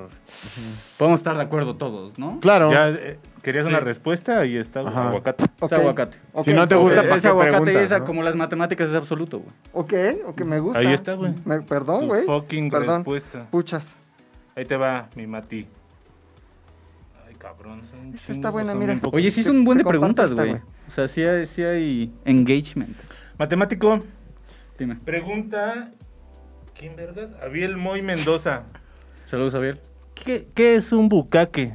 [SPEAKER 2] podemos estar de acuerdo todos, ¿no?
[SPEAKER 4] Claro.
[SPEAKER 5] Ya, eh, ¿Querías una
[SPEAKER 2] Sí.
[SPEAKER 5] respuesta? Ahí está, güey,
[SPEAKER 4] Ajá.
[SPEAKER 5] aguacate.
[SPEAKER 3] Ok.
[SPEAKER 2] Es aguacate.
[SPEAKER 3] Ok,
[SPEAKER 4] Si no te gusta,
[SPEAKER 2] Eh,
[SPEAKER 4] ¿para
[SPEAKER 2] es
[SPEAKER 4] qué
[SPEAKER 2] aguacate
[SPEAKER 4] preguntas,
[SPEAKER 2] y esa,
[SPEAKER 4] no?
[SPEAKER 2] como las matemáticas, es absoluto, güey.
[SPEAKER 3] Ok, ok, me gusta.
[SPEAKER 5] Ahí está, güey.
[SPEAKER 3] Me- perdón,
[SPEAKER 5] Tu
[SPEAKER 3] güey.
[SPEAKER 5] fucking
[SPEAKER 3] Perdón.
[SPEAKER 5] respuesta.
[SPEAKER 3] Puchas.
[SPEAKER 5] Ahí te va, mi Mati. Ay, cabrón. son un
[SPEAKER 3] Esta está
[SPEAKER 5] chingo,
[SPEAKER 3] buena,
[SPEAKER 5] son
[SPEAKER 3] mira.
[SPEAKER 5] bien pocos.
[SPEAKER 2] Oye, sí es
[SPEAKER 3] Te-
[SPEAKER 2] un buen
[SPEAKER 3] te
[SPEAKER 2] de preguntas,
[SPEAKER 3] comparto esta,
[SPEAKER 2] güey. O sea, sí hay, sí hay engagement.
[SPEAKER 5] Matemático,
[SPEAKER 2] Dime.
[SPEAKER 5] pregunta. ¿Quién vergas? Abiel Moy Mendoza.
[SPEAKER 2] Saludos, Javier.
[SPEAKER 5] ¿Qué, qué es un bucaque?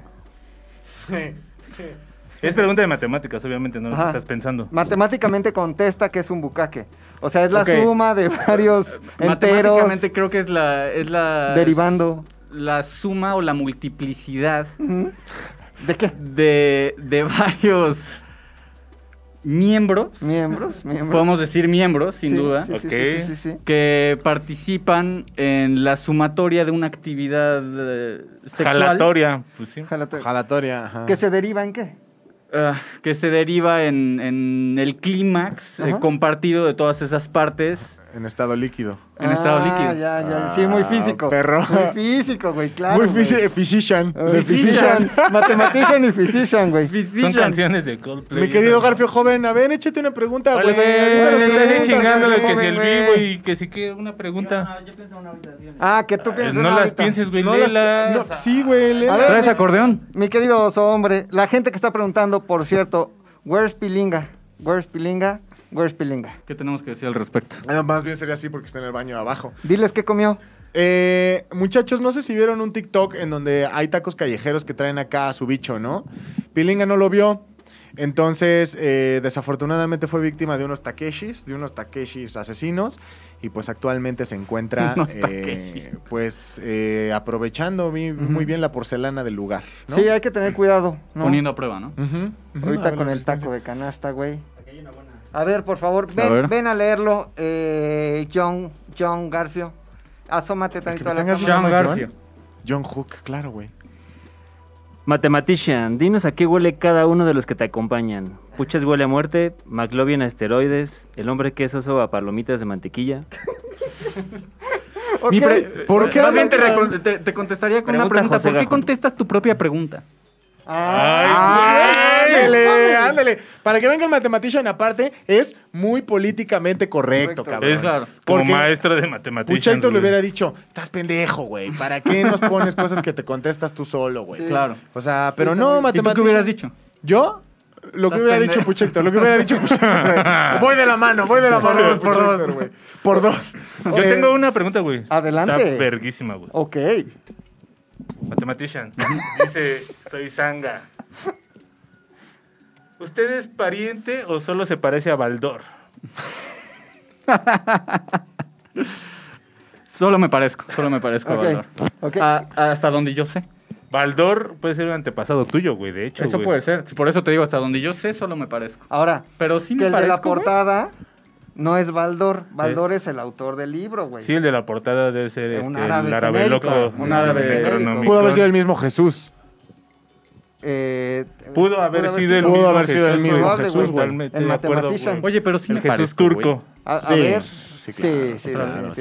[SPEAKER 5] es pregunta de matemáticas, obviamente, no lo que
[SPEAKER 3] Ajá.
[SPEAKER 5] estás pensando.
[SPEAKER 3] Matemáticamente contesta que es un bucaque. O sea, es la
[SPEAKER 2] Ok.
[SPEAKER 3] suma de varios enteros
[SPEAKER 2] Matemáticamente creo que es la es la
[SPEAKER 3] derivando.
[SPEAKER 2] la suma o la multiplicidad
[SPEAKER 3] Ujú. ¿De qué?
[SPEAKER 2] de de [LAUGHS] varios miembros [LAUGHS]
[SPEAKER 3] Miembros, miembros.
[SPEAKER 2] podemos decir miembros, sin
[SPEAKER 3] Sí,
[SPEAKER 2] duda,
[SPEAKER 3] sí, sí,
[SPEAKER 5] Ok.
[SPEAKER 3] sí, sí, sí, sí.
[SPEAKER 2] que participan en la sumatoria de una actividad eh, sexual
[SPEAKER 5] Jalatoria, pues sí.
[SPEAKER 3] Ojalá te-
[SPEAKER 4] Jalatoria. ajá.
[SPEAKER 3] ¿Que se deriva en qué?
[SPEAKER 2] ah, que se deriva en, en el clímax eh,
[SPEAKER 3] Ajá.
[SPEAKER 2] compartido de todas esas partes
[SPEAKER 4] en estado líquido.
[SPEAKER 2] En estado
[SPEAKER 3] Ah,
[SPEAKER 2] líquido.
[SPEAKER 3] Ya, ya. Sí, muy
[SPEAKER 4] Ah,
[SPEAKER 3] físico.
[SPEAKER 4] perro.
[SPEAKER 3] Muy físico, güey, claro.
[SPEAKER 4] Muy
[SPEAKER 3] güey.
[SPEAKER 4] fisi- physician.
[SPEAKER 3] Ay,
[SPEAKER 4] The physician.
[SPEAKER 3] physician. Mathematician y physician,
[SPEAKER 5] [LAUGHS]
[SPEAKER 3] güey.
[SPEAKER 5] Son canciones de Coldplay.
[SPEAKER 4] Mi querido Garfio joven, a ver, échate una pregunta,
[SPEAKER 5] Vale,
[SPEAKER 4] güey.
[SPEAKER 5] güey,
[SPEAKER 4] Algunas
[SPEAKER 5] me
[SPEAKER 4] preguntas,
[SPEAKER 5] están chingando
[SPEAKER 4] güey,
[SPEAKER 5] que si
[SPEAKER 4] joven,
[SPEAKER 5] el
[SPEAKER 4] güey.
[SPEAKER 5] vivo y que si que una pregunta. Pues
[SPEAKER 3] Ah, que tú piensas.
[SPEAKER 5] No las
[SPEAKER 3] ahorita.
[SPEAKER 5] pienses, güey,
[SPEAKER 4] No las-
[SPEAKER 5] léelas.
[SPEAKER 4] no, sí, güey, léelas.
[SPEAKER 3] A ver,
[SPEAKER 2] ¿Traes
[SPEAKER 3] mi-
[SPEAKER 2] acordeón?
[SPEAKER 3] Mi querido oso hombre, la gente que está preguntando, por cierto, where's Pilinga? Where's Pilinga? Where's Pilinga?
[SPEAKER 2] ¿Qué tenemos que decir al respecto?
[SPEAKER 4] Ah, más bien sería así porque está en el baño abajo.
[SPEAKER 3] Diles qué comió.
[SPEAKER 4] Eh, muchachos, no sé si vieron un TikTok en donde hay tacos callejeros que traen acá a su bicho, ¿no? Pilinga no lo vio. Entonces, eh, desafortunadamente fue víctima de unos Takeshis, de unos Takeshis asesinos, y pues actualmente se encuentra,
[SPEAKER 2] [LAUGHS] Unos
[SPEAKER 4] eh,
[SPEAKER 2] Takeshis.
[SPEAKER 4] pues, eh, aprovechando mi- muy bien la porcelana del lugar, ¿no?
[SPEAKER 3] Sí, hay que tener cuidado. ¿no?
[SPEAKER 2] Poniendo a prueba, ¿no?
[SPEAKER 4] Ujú, ujú. A
[SPEAKER 3] Ahorita
[SPEAKER 4] ver,
[SPEAKER 3] con
[SPEAKER 4] la
[SPEAKER 3] el
[SPEAKER 4] resistencia.
[SPEAKER 3] taco de canasta, güey. A ver, por favor, ven,
[SPEAKER 2] ver.
[SPEAKER 3] ven a leerlo, eh, John, John Garfio. Asómate tantito a la
[SPEAKER 4] tengas
[SPEAKER 3] cámara.
[SPEAKER 4] John
[SPEAKER 2] Sean
[SPEAKER 4] Garfio. John Hook, claro, güey.
[SPEAKER 6] Mathematician, dinos a qué huele cada uno de los que te acompañan. Puches huele a muerte, McLovin a esteroides, el hombre que es oso a palomitas de mantequilla.
[SPEAKER 3] Ok.
[SPEAKER 2] Mi pre-
[SPEAKER 4] ¿Por qué
[SPEAKER 2] Más bien te,
[SPEAKER 4] hablan-
[SPEAKER 2] recon- te- te contestaría con una
[SPEAKER 6] Pregunta
[SPEAKER 2] pregunta.
[SPEAKER 6] José
[SPEAKER 2] ¿Por qué
[SPEAKER 6] Gajo.
[SPEAKER 2] contestas tu propia pregunta?
[SPEAKER 4] Ah, Ándale, ándale. Para que venga el matematician aparte, es muy políticamente
[SPEAKER 3] Correcto.
[SPEAKER 4] correcto, cabrón.
[SPEAKER 5] Es
[SPEAKER 2] Claro.
[SPEAKER 5] como
[SPEAKER 4] Porque
[SPEAKER 5] maestro de matemáticas.
[SPEAKER 4] Puchaito le hubiera dicho, estás pendejo, güey. ¿Para qué nos pones cosas que te contestas tú solo, güey?
[SPEAKER 3] Sí.
[SPEAKER 2] Claro.
[SPEAKER 4] O sea, pero
[SPEAKER 3] Sí,
[SPEAKER 2] ¿Y
[SPEAKER 3] está
[SPEAKER 4] no,
[SPEAKER 2] tú
[SPEAKER 4] matematician.
[SPEAKER 2] qué hubieras dicho?
[SPEAKER 4] ¿Yo? Lo que
[SPEAKER 2] Estás
[SPEAKER 4] hubiera
[SPEAKER 2] pendejo.
[SPEAKER 4] dicho Puchector, lo que hubiera dicho Puchector. voy de la mano, voy de la mano.
[SPEAKER 2] dos,
[SPEAKER 4] Por,
[SPEAKER 2] por
[SPEAKER 4] Puchector,
[SPEAKER 2] dos.
[SPEAKER 4] güey. Por dos.
[SPEAKER 5] Yo
[SPEAKER 4] Eh,
[SPEAKER 5] tengo una pregunta, güey.
[SPEAKER 2] ah,
[SPEAKER 3] adelante.
[SPEAKER 5] Está verguísima, güey.
[SPEAKER 4] Oh.
[SPEAKER 3] Ok.
[SPEAKER 5] Mathematician. [LAUGHS] Dice,
[SPEAKER 4] [LAUGHS]
[SPEAKER 5] soy Sanga. ¿Usted es pariente o solo se parece a Baldor?
[SPEAKER 2] Solo me parezco, solo me parezco a
[SPEAKER 3] Ok,
[SPEAKER 2] Baldor.
[SPEAKER 3] ok.
[SPEAKER 2] A- hasta donde yo sé.
[SPEAKER 5] Baldor puede ser un antepasado tuyo, güey, de hecho.
[SPEAKER 2] Eso
[SPEAKER 5] güey.
[SPEAKER 2] puede ser. Por eso te digo, hasta donde yo sé, solo me parezco.
[SPEAKER 3] Ahora,
[SPEAKER 2] Pero sí
[SPEAKER 3] que
[SPEAKER 2] me
[SPEAKER 3] el de
[SPEAKER 2] parezco.
[SPEAKER 3] la
[SPEAKER 2] güey.
[SPEAKER 3] portada no es Baldor. Baldor es el autor del libro, güey.
[SPEAKER 5] Sí, el de la portada debe ser
[SPEAKER 3] Un
[SPEAKER 5] este,
[SPEAKER 3] árabe
[SPEAKER 5] el árabe
[SPEAKER 3] genérico,
[SPEAKER 5] loco.
[SPEAKER 2] un árabe
[SPEAKER 5] de
[SPEAKER 2] genérico.
[SPEAKER 5] Necronomicon.
[SPEAKER 4] Pudo haber sido el mismo Jesús.
[SPEAKER 3] Eh,
[SPEAKER 5] Pudo haber sido el
[SPEAKER 4] Pudo
[SPEAKER 5] mismo
[SPEAKER 4] haber sido el
[SPEAKER 5] Jesús,
[SPEAKER 4] mismo
[SPEAKER 5] güey.
[SPEAKER 4] Jesús, güey.
[SPEAKER 5] Totalmente
[SPEAKER 3] El
[SPEAKER 5] de acuerdo,
[SPEAKER 3] Mathematician.
[SPEAKER 5] güey.
[SPEAKER 2] Oye, pero sí
[SPEAKER 5] el
[SPEAKER 2] me
[SPEAKER 5] Jesús
[SPEAKER 2] parezco, güey.
[SPEAKER 5] turco.
[SPEAKER 3] A, a ver. sí, sí,
[SPEAKER 4] Sí, claro, claro, sí,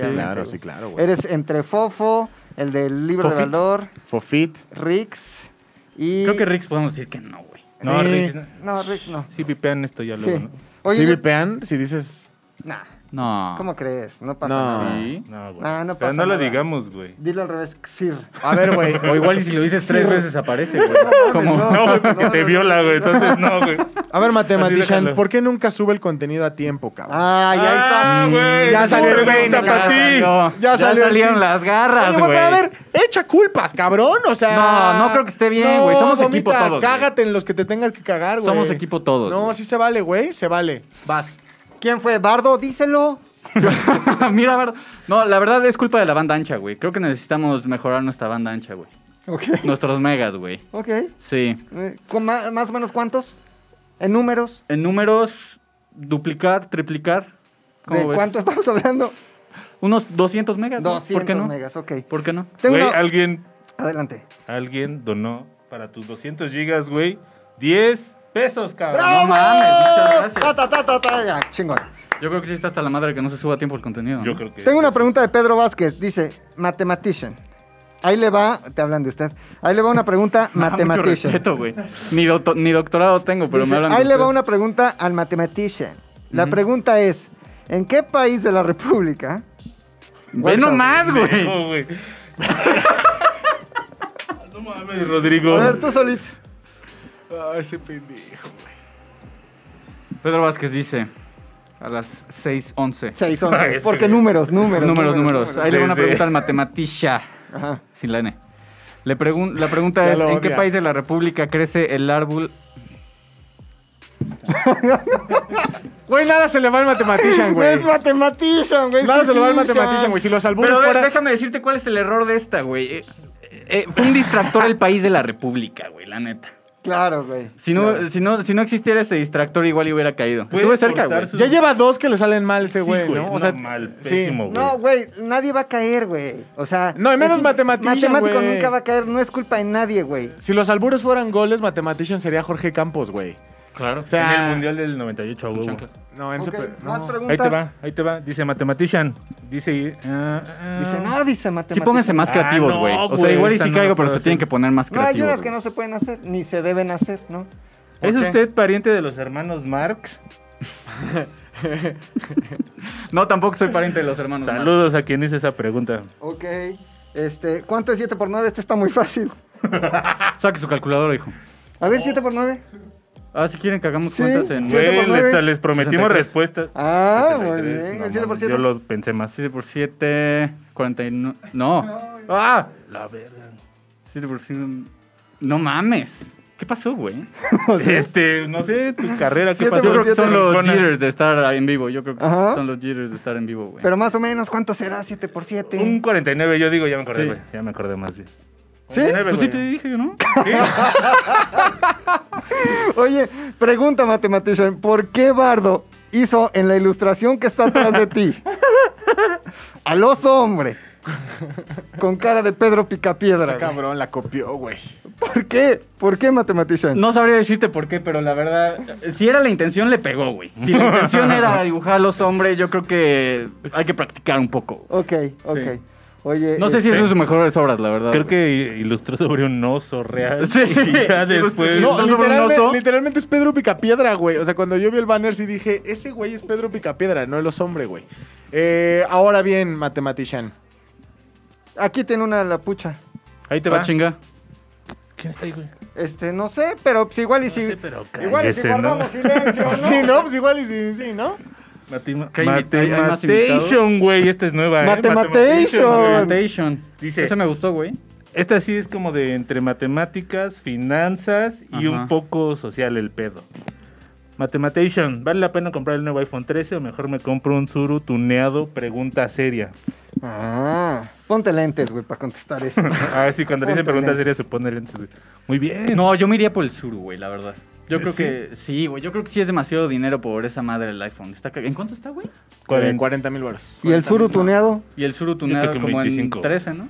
[SPEAKER 3] definitivamente,
[SPEAKER 4] claro,
[SPEAKER 3] güey.
[SPEAKER 4] sí, claro, güey.
[SPEAKER 3] Eres entre Fofo, el del libro de
[SPEAKER 4] Fofit.
[SPEAKER 3] Baldor,
[SPEAKER 4] Fofit.
[SPEAKER 3] Rix y...
[SPEAKER 2] Creo que Rix podemos decir que no, güey.
[SPEAKER 5] No,
[SPEAKER 4] Sí.
[SPEAKER 5] Rick,
[SPEAKER 3] No, Rix no.
[SPEAKER 5] sí pipean esto ya luego,
[SPEAKER 3] Sí.
[SPEAKER 5] ¿no?
[SPEAKER 4] si
[SPEAKER 3] Oye, yo-
[SPEAKER 4] vipean, si dices.
[SPEAKER 3] nah,
[SPEAKER 2] No.
[SPEAKER 3] ¿cómo crees? No pasa
[SPEAKER 4] No.
[SPEAKER 3] nada.
[SPEAKER 2] Sí.
[SPEAKER 5] No, güey.
[SPEAKER 3] Ah, no
[SPEAKER 5] Pero
[SPEAKER 3] pasa
[SPEAKER 5] no lo
[SPEAKER 3] nada.
[SPEAKER 5] digamos, güey.
[SPEAKER 3] Dilo al revés, Xir.
[SPEAKER 4] A ver, güey.
[SPEAKER 2] O igual y si lo dices tres
[SPEAKER 3] Sí.
[SPEAKER 2] veces aparece, [LAUGHS] güey. Como-
[SPEAKER 5] No, güey,
[SPEAKER 3] no,
[SPEAKER 5] porque
[SPEAKER 3] no,
[SPEAKER 5] te
[SPEAKER 3] no,
[SPEAKER 5] viola,
[SPEAKER 3] no,
[SPEAKER 5] güey. Entonces,
[SPEAKER 3] [LAUGHS]
[SPEAKER 5] no, güey.
[SPEAKER 4] A ver,
[SPEAKER 5] Así déjalo.
[SPEAKER 4] Matematician, ¿por qué nunca sube el contenido a tiempo, cabrón?
[SPEAKER 3] Ah, ya está.
[SPEAKER 5] Ah, güey.
[SPEAKER 4] Ya
[SPEAKER 5] es una
[SPEAKER 4] salió el
[SPEAKER 5] pregunta
[SPEAKER 4] veinte,
[SPEAKER 5] para
[SPEAKER 4] ya
[SPEAKER 5] ti.
[SPEAKER 2] salió.
[SPEAKER 4] Ya
[SPEAKER 2] Ya,
[SPEAKER 4] salió el
[SPEAKER 2] salieron
[SPEAKER 4] pin.
[SPEAKER 2] las
[SPEAKER 4] Oye,
[SPEAKER 2] garras,
[SPEAKER 4] güey,
[SPEAKER 2] güey.
[SPEAKER 4] pero a ver, echa culpas, cabrón. O sea.
[SPEAKER 2] No, no creo que esté bien, güey, somos equipo todos, güey.
[SPEAKER 4] Cágate en los que te tengas que cagar, güey.
[SPEAKER 2] Somos equipo todos,
[SPEAKER 4] No,
[SPEAKER 2] güey.
[SPEAKER 4] sí se vale, güey. Se vale. Vas.
[SPEAKER 3] ¿Quién fue? Bardo, díselo.
[SPEAKER 2] Mira, Bardo. No, la verdad es culpa de la banda ancha, güey. Creo que necesitamos mejorar nuestra banda ancha, güey.
[SPEAKER 3] Ok.
[SPEAKER 2] Nuestros megas, güey.
[SPEAKER 3] Ok.
[SPEAKER 2] Sí.
[SPEAKER 3] Eh, ¿con ma- más o menos cuántos? ¿En números?
[SPEAKER 2] En números, duplicar, triplicar. ¿Cómo
[SPEAKER 3] ¿De
[SPEAKER 2] ves?
[SPEAKER 3] cuánto estamos hablando?
[SPEAKER 2] Unos 200 megas. ¿no?
[SPEAKER 3] 200
[SPEAKER 2] ¿Por qué no?
[SPEAKER 3] megas, ok.
[SPEAKER 2] ¿Por qué no?
[SPEAKER 3] Tengo
[SPEAKER 5] Güey,
[SPEAKER 3] una-
[SPEAKER 5] alguien,
[SPEAKER 3] Adelante.
[SPEAKER 5] alguien donó para tus 200 gigas, güey, 10 pesos, cabrón.
[SPEAKER 3] ¡Bravo!
[SPEAKER 2] mames, muchas gracias.
[SPEAKER 3] Ta, ta, ta, ta, ta, ya, chingón.
[SPEAKER 2] Yo creo que sí está hasta la madre que no se suba a tiempo el contenido. ¿no?
[SPEAKER 5] Yo creo que...
[SPEAKER 3] Tengo una pregunta de Pedro Vázquez. Dice, Mathematician. Ahí le va, te hablan de usted. Ahí le va una pregunta
[SPEAKER 2] [LAUGHS] Ah, mucho
[SPEAKER 3] Mathematician.
[SPEAKER 2] respeto, güey. Ni, docto- ni doctorado tengo, pero
[SPEAKER 3] Dice,
[SPEAKER 2] me hablan. de
[SPEAKER 3] ahí le va
[SPEAKER 2] usted.
[SPEAKER 3] una pregunta al Mathematician. La pregunta es, ¿en qué país de la República?
[SPEAKER 2] Ve nomás, güey. [LAUGHS]
[SPEAKER 5] Pendejo, güey. no mames, Rodrigo.
[SPEAKER 3] A ver, tú solito.
[SPEAKER 4] Ay, ese pendejo.
[SPEAKER 2] Pedro Vázquez dice a las 6:11.
[SPEAKER 3] Seis,
[SPEAKER 5] Ay,
[SPEAKER 3] once.
[SPEAKER 5] ese
[SPEAKER 3] Porque
[SPEAKER 5] güey.
[SPEAKER 3] números, números.
[SPEAKER 2] Ah, Números, números. Ahí le va una
[SPEAKER 5] Desde-
[SPEAKER 2] pregunta al matematician.
[SPEAKER 3] Ajá.
[SPEAKER 2] Sin la N. Le pregun- la pregunta
[SPEAKER 4] Ya
[SPEAKER 2] es,
[SPEAKER 4] lo
[SPEAKER 2] ¿en qué
[SPEAKER 4] odia.
[SPEAKER 2] país de la República crece el árbol?
[SPEAKER 4] Güey, nada se le va al Matematician,
[SPEAKER 3] No
[SPEAKER 4] güey.
[SPEAKER 3] es Mathematician, güey.
[SPEAKER 4] Nada se le va al
[SPEAKER 3] Physician.
[SPEAKER 4] Matematician, güey. Si los albures
[SPEAKER 2] Pero a ver,
[SPEAKER 4] fuera.
[SPEAKER 2] déjame decirte cuál es el error de esta, güey. Eh, eh, fue un distractor el país de la República, güey, la neta.
[SPEAKER 3] Claro, güey.
[SPEAKER 2] Si no, si no, si no existiera ese distractor, igual y hubiera caído.
[SPEAKER 5] Puede
[SPEAKER 2] Estuve cerca,
[SPEAKER 5] cortar
[SPEAKER 2] güey.
[SPEAKER 5] su-
[SPEAKER 4] Ya lleva dos que le salen mal ese
[SPEAKER 5] Sí,
[SPEAKER 4] güey,
[SPEAKER 5] güey,
[SPEAKER 4] ¿no?
[SPEAKER 5] no, mal,
[SPEAKER 4] sí.
[SPEAKER 5] pésimo, güey.
[SPEAKER 3] No, güey, nadie va a caer, güey. O sea...
[SPEAKER 4] No, y menos
[SPEAKER 3] es-
[SPEAKER 4] Mathematician,
[SPEAKER 3] Matemático
[SPEAKER 4] güey.
[SPEAKER 3] nunca va a caer, no es culpa de nadie, güey.
[SPEAKER 4] Si los albures fueran goles, Matematician sería Jorge Campos, güey.
[SPEAKER 5] Claro.
[SPEAKER 4] sea,
[SPEAKER 5] en el mundial del 98 a huevo.
[SPEAKER 2] chanclas.
[SPEAKER 4] No, en
[SPEAKER 3] Ok,
[SPEAKER 4] super- no.
[SPEAKER 3] más
[SPEAKER 5] Ahí
[SPEAKER 3] preguntas.
[SPEAKER 5] te va, ahí te va. Dice Mathematician. Dice. ah, ah.
[SPEAKER 3] Dice, no, dice matemáticas.
[SPEAKER 2] Sí, pónganse más
[SPEAKER 5] Ah,
[SPEAKER 2] creativos,
[SPEAKER 5] no,
[SPEAKER 2] güey. o sea,
[SPEAKER 5] güey,
[SPEAKER 2] igual y
[SPEAKER 5] esta
[SPEAKER 2] sí
[SPEAKER 5] no la
[SPEAKER 2] caigo,
[SPEAKER 5] puedo
[SPEAKER 2] pero se
[SPEAKER 5] hacer.
[SPEAKER 2] tienen que poner más
[SPEAKER 3] No, hay
[SPEAKER 2] creativos.
[SPEAKER 3] unas que
[SPEAKER 2] güey.
[SPEAKER 3] no se pueden hacer, ni se deben hacer, ¿no?
[SPEAKER 5] ¿Es
[SPEAKER 4] Ok.
[SPEAKER 5] usted pariente de los hermanos Marx?
[SPEAKER 2] No, tampoco soy pariente de los hermanos. Marx.
[SPEAKER 5] Saludos a quien hizo esa pregunta.
[SPEAKER 3] Ok. Este, ¿cuánto es 7 por 9? Este está muy fácil.
[SPEAKER 2] Saque su calculadora, hijo.
[SPEAKER 3] A ver, 7 por 9.
[SPEAKER 2] Ah, si quieren que hagamos
[SPEAKER 3] Sí.
[SPEAKER 2] cuentas en...
[SPEAKER 3] Sí. Siete
[SPEAKER 5] Güey,
[SPEAKER 3] por
[SPEAKER 5] les,
[SPEAKER 3] nueve.
[SPEAKER 5] les prometimos
[SPEAKER 2] 63.
[SPEAKER 5] respuestas.
[SPEAKER 3] Ah, muy
[SPEAKER 5] 63,
[SPEAKER 3] bien.
[SPEAKER 5] no
[SPEAKER 3] el 7 por
[SPEAKER 5] mames,
[SPEAKER 3] 7.
[SPEAKER 5] Yo lo pensé más.
[SPEAKER 2] 7 por 7, 49... No.
[SPEAKER 5] [LAUGHS]
[SPEAKER 2] ¡Ah!
[SPEAKER 5] La verga.
[SPEAKER 2] 7 por 7... No mames. ¿Qué pasó, güey?
[SPEAKER 5] Este, no sé, tu carrera, ¿qué
[SPEAKER 3] Siete
[SPEAKER 5] pasó?
[SPEAKER 2] Yo
[SPEAKER 3] por
[SPEAKER 2] creo que son los
[SPEAKER 5] Roncona.
[SPEAKER 2] jitters de estar en vivo. Yo creo que
[SPEAKER 3] Ajá.
[SPEAKER 2] son los jitters de estar en vivo, güey.
[SPEAKER 3] Pero más o menos, ¿cuánto será 7 por 7?
[SPEAKER 5] Un 49, yo digo, ya me acordé,
[SPEAKER 2] Sí.
[SPEAKER 5] güey. Ya me acordé más bien.
[SPEAKER 3] ¿Sí?
[SPEAKER 5] 49,
[SPEAKER 2] Pues sí te
[SPEAKER 5] güey.
[SPEAKER 2] dije, ¿no?
[SPEAKER 3] Oye, pregunta, matematician, ¿por qué Bardo hizo en la ilustración que está atrás de
[SPEAKER 4] [LAUGHS]
[SPEAKER 3] ti a los hombres con cara de Pedro Picapiedra? güey?
[SPEAKER 4] Está Este cabrón, la copió, güey.
[SPEAKER 3] ¿Por qué? ¿Por qué, matematician?
[SPEAKER 2] No sabría decirte por qué, pero la verdad, si era la intención, le pegó, güey. Si la intención era dibujar a los hombres, yo creo que hay que practicar un poco.
[SPEAKER 3] Ok, ok.
[SPEAKER 5] Sí.
[SPEAKER 3] Oye,
[SPEAKER 2] No sé si
[SPEAKER 3] eh,
[SPEAKER 2] eso es su mejores obras, la verdad.
[SPEAKER 5] Creo
[SPEAKER 2] güey.
[SPEAKER 5] que ilustró sobre un oso real.
[SPEAKER 2] Sí.
[SPEAKER 5] [LAUGHS] Y ya después.
[SPEAKER 4] No,
[SPEAKER 2] ¿Estás sobre un oso?
[SPEAKER 4] literalmente, literalmente es Pedro Picapiedra, güey. O sea, cuando yo vi el banner sí dije, ese güey es Pedro Picapiedra, no el osombre, güey. Eh, ahora bien, matematician.
[SPEAKER 3] aquí tiene una la pucha.
[SPEAKER 5] Ahí te
[SPEAKER 2] Ah,
[SPEAKER 5] va.
[SPEAKER 2] chinga.
[SPEAKER 5] ¿Quién está ahí, güey?
[SPEAKER 3] Este, no sé, pero pues, igual y si.
[SPEAKER 5] sé, pero
[SPEAKER 3] igual y si
[SPEAKER 5] cállese, ¿no?
[SPEAKER 3] guardamos silencio, ¿no?
[SPEAKER 4] [LAUGHS] Sí, ¿no? Pues igual y sí, sí, ¿no?
[SPEAKER 5] Matima-
[SPEAKER 2] ¿Qué hay- hay- hay más
[SPEAKER 5] Matemation, güey. Esta es nueva. ¿eh?
[SPEAKER 3] Matemation.
[SPEAKER 2] Este,
[SPEAKER 5] güey.
[SPEAKER 2] Plantation.
[SPEAKER 5] Dice-
[SPEAKER 2] Ese me gustó, güey.
[SPEAKER 5] Esta sí es como de entre matemáticas, finanzas y
[SPEAKER 2] Ajá.
[SPEAKER 5] un poco social el pedo. Matemation, ¿vale la pena comprar el nuevo iPhone 13 o mejor me compro un Zuru tuneado? Pregunta seria. [LAUGHS]
[SPEAKER 3] Ah, ponte lentes, güey, para contestar
[SPEAKER 4] [LAUGHS]
[SPEAKER 3] eso.
[SPEAKER 5] Ah, sí, cuando le
[SPEAKER 3] Ponte
[SPEAKER 5] dicen pregunta
[SPEAKER 3] lentes.
[SPEAKER 5] seria se pone lentes. güey. Muy bien.
[SPEAKER 2] No, yo me iría por el sur, güey, la verdad. Yo creo
[SPEAKER 5] ¿Sí?
[SPEAKER 2] que sí, güey. Yo creo que sí es demasiado dinero por esa madre del iPhone. Está ca- ¿En cuánto está, güey?
[SPEAKER 5] Cuarenta.
[SPEAKER 4] 40 Eh, mil baros.
[SPEAKER 3] ¿Y el suru tuneado?
[SPEAKER 2] Y el sur
[SPEAKER 5] Yo creo
[SPEAKER 2] tuneado
[SPEAKER 5] que
[SPEAKER 2] como
[SPEAKER 5] 25.
[SPEAKER 2] en 13, ¿no?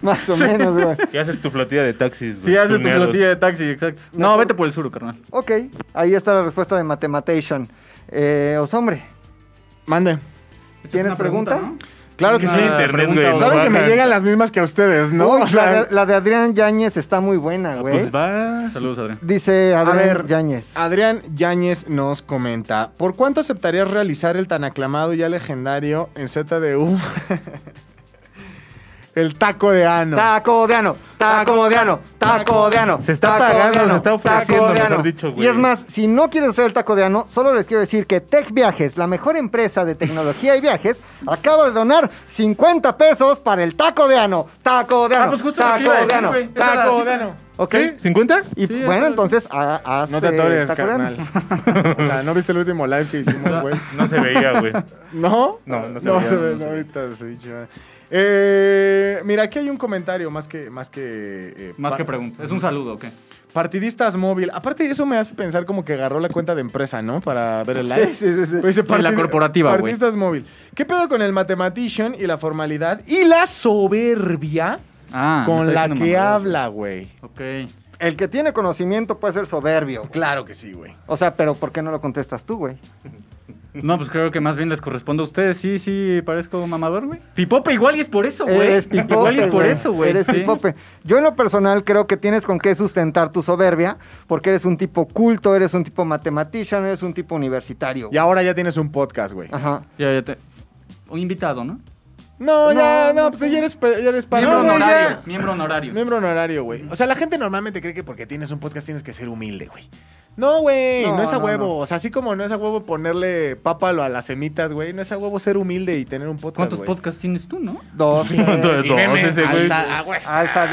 [SPEAKER 3] Más o menos, güey.
[SPEAKER 5] Y haces tu flotilla de taxis, güey.
[SPEAKER 2] Sí, hace tu
[SPEAKER 5] tuneados.
[SPEAKER 2] flotilla de taxi, exacto. No,
[SPEAKER 3] Mejor-
[SPEAKER 2] vete por el sur, carnal.
[SPEAKER 3] Ok, ahí está la respuesta de Matemation. Eh, Osombre,
[SPEAKER 4] Mande.
[SPEAKER 3] ¿Tienes
[SPEAKER 2] Una
[SPEAKER 3] pregunta?
[SPEAKER 4] Claro que
[SPEAKER 3] Ah,
[SPEAKER 2] Una
[SPEAKER 4] sí.
[SPEAKER 5] Ah, internet,
[SPEAKER 2] pregunta,
[SPEAKER 5] güey,
[SPEAKER 2] o-
[SPEAKER 4] Saben que me
[SPEAKER 5] bajan.
[SPEAKER 4] llegan las mismas que a ustedes, ¿no?
[SPEAKER 3] Uy,
[SPEAKER 4] O sea,
[SPEAKER 3] la, de, la de Adrián Yáñez está muy buena,
[SPEAKER 5] Ah,
[SPEAKER 3] güey.
[SPEAKER 5] Pues vas.
[SPEAKER 2] Saludos, Adrián.
[SPEAKER 3] Dice Adrián
[SPEAKER 4] ver. Ah,
[SPEAKER 3] Yáñez.
[SPEAKER 4] Adrián Yáñez nos comenta, ¿por cuánto aceptarías realizar el tan aclamado y ya legendario en ZDU? [LAUGHS] el taco de ano.
[SPEAKER 3] Taco de ano, taco de ano, taco de ano.
[SPEAKER 5] Se está
[SPEAKER 3] taco de
[SPEAKER 5] pagando,
[SPEAKER 3] ano,
[SPEAKER 5] se está ofreciendo,
[SPEAKER 3] taco de
[SPEAKER 5] mejor
[SPEAKER 3] ano.
[SPEAKER 5] dicho, güey.
[SPEAKER 3] Y es más, si no quieres hacer el taco de ano, solo les quiero decir que Tech Viajes, la mejor empresa de tecnología y viajes, acaba de donar 50 pesos para el taco de ano. Taco de ano,
[SPEAKER 2] Ah, pues justo lo que
[SPEAKER 3] taco
[SPEAKER 2] iba a
[SPEAKER 3] de
[SPEAKER 2] decir,
[SPEAKER 3] ano,
[SPEAKER 2] güey. Esa
[SPEAKER 5] Ah,
[SPEAKER 2] era la
[SPEAKER 3] taco de
[SPEAKER 2] cifra.
[SPEAKER 3] ano. Ah, ¿Ok?
[SPEAKER 5] ¿Sí? ¿50?
[SPEAKER 3] Y
[SPEAKER 2] Sí, eso
[SPEAKER 3] bueno,
[SPEAKER 2] es.
[SPEAKER 3] entonces ha-
[SPEAKER 4] No te
[SPEAKER 3] hace
[SPEAKER 4] atores,
[SPEAKER 3] taco de ano.
[SPEAKER 4] carnal. O sea, ¿no viste el último live que hicimos, güey?
[SPEAKER 5] No se veía, güey.
[SPEAKER 4] ¿No?
[SPEAKER 5] No, no se veía,
[SPEAKER 4] ve,
[SPEAKER 5] no se
[SPEAKER 4] no,
[SPEAKER 5] veía.
[SPEAKER 4] ahorita se dicho. Eh, mira, aquí hay un comentario más que... Más que, eh,
[SPEAKER 2] Más
[SPEAKER 4] pa-
[SPEAKER 2] que pregunta. Es un saludo, ¿ok?
[SPEAKER 4] Partidistas móvil. Aparte, eso me hace pensar como que agarró la cuenta de empresa, ¿no? Para ver el live.
[SPEAKER 3] Sí, sí, sí, sí.
[SPEAKER 4] Güey, dice,
[SPEAKER 2] De la
[SPEAKER 4] "Partid-
[SPEAKER 2] corporativa, güey".
[SPEAKER 4] Partidistas móvil. ¿Qué pedo con el mathematician y la formalidad y la soberbia
[SPEAKER 2] Ah. me
[SPEAKER 4] con
[SPEAKER 2] está
[SPEAKER 4] la
[SPEAKER 2] diciendo
[SPEAKER 4] que
[SPEAKER 2] mamador.
[SPEAKER 4] habla, güey?
[SPEAKER 2] Ok.
[SPEAKER 3] El que tiene conocimiento puede ser soberbio.
[SPEAKER 4] Claro que sí, güey.
[SPEAKER 3] O sea, pero ¿por qué no lo contestas tú, güey?
[SPEAKER 2] No, pues creo que más bien les corresponde a ustedes. Sí, sí, parezco mamador, güey. Pipope, igual y es por eso, güey.
[SPEAKER 3] Eres pipope.
[SPEAKER 2] Igual y es por
[SPEAKER 3] güey.
[SPEAKER 2] eso, güey.
[SPEAKER 3] Eres
[SPEAKER 2] Sí.
[SPEAKER 3] pipope. Yo en lo personal creo que tienes con qué sustentar tu soberbia, porque eres un tipo culto, eres un tipo matematician, eres un tipo universitario.
[SPEAKER 4] Y
[SPEAKER 3] güey.
[SPEAKER 4] ahora ya tienes un podcast, güey.
[SPEAKER 3] Ajá.
[SPEAKER 2] Ya, ya te... Un invitado, ¿no?
[SPEAKER 4] No, ya,
[SPEAKER 3] No,
[SPEAKER 4] no,
[SPEAKER 3] no
[SPEAKER 4] pues
[SPEAKER 3] sé.
[SPEAKER 4] ya eres, pe- ya eres padre.
[SPEAKER 2] miembro,
[SPEAKER 4] No, güey,
[SPEAKER 2] honorario,
[SPEAKER 4] ya.
[SPEAKER 2] miembro honorario.
[SPEAKER 4] Miembro honorario, güey. O sea, la gente normalmente cree que porque tienes un podcast tienes que ser humilde, güey. No, güey, no,
[SPEAKER 3] No,
[SPEAKER 4] es a
[SPEAKER 3] no,
[SPEAKER 4] huevo.
[SPEAKER 3] no.
[SPEAKER 4] O sea, así como no es a huevo ponerle pápalo a las semitas, güey, no es a huevo ser humilde y tener un podcast.
[SPEAKER 2] ¿Cuántos
[SPEAKER 4] güey.
[SPEAKER 2] podcasts tienes tú, no?
[SPEAKER 3] Dos. tres.
[SPEAKER 5] Entonces, dos, ese güey.
[SPEAKER 4] Alza- ah, güey.
[SPEAKER 3] Alzadísimo,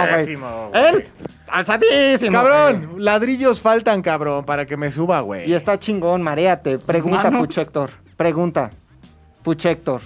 [SPEAKER 3] güey.
[SPEAKER 4] Alzadísimo, güey.
[SPEAKER 3] Él, alzadísimo.
[SPEAKER 4] Cabrón, ladrillos faltan, cabrón, para que me suba, güey.
[SPEAKER 3] Y está chingón, mareate. Pregunta,
[SPEAKER 2] Mano.
[SPEAKER 3] Puchector. Pregunta, Puchector.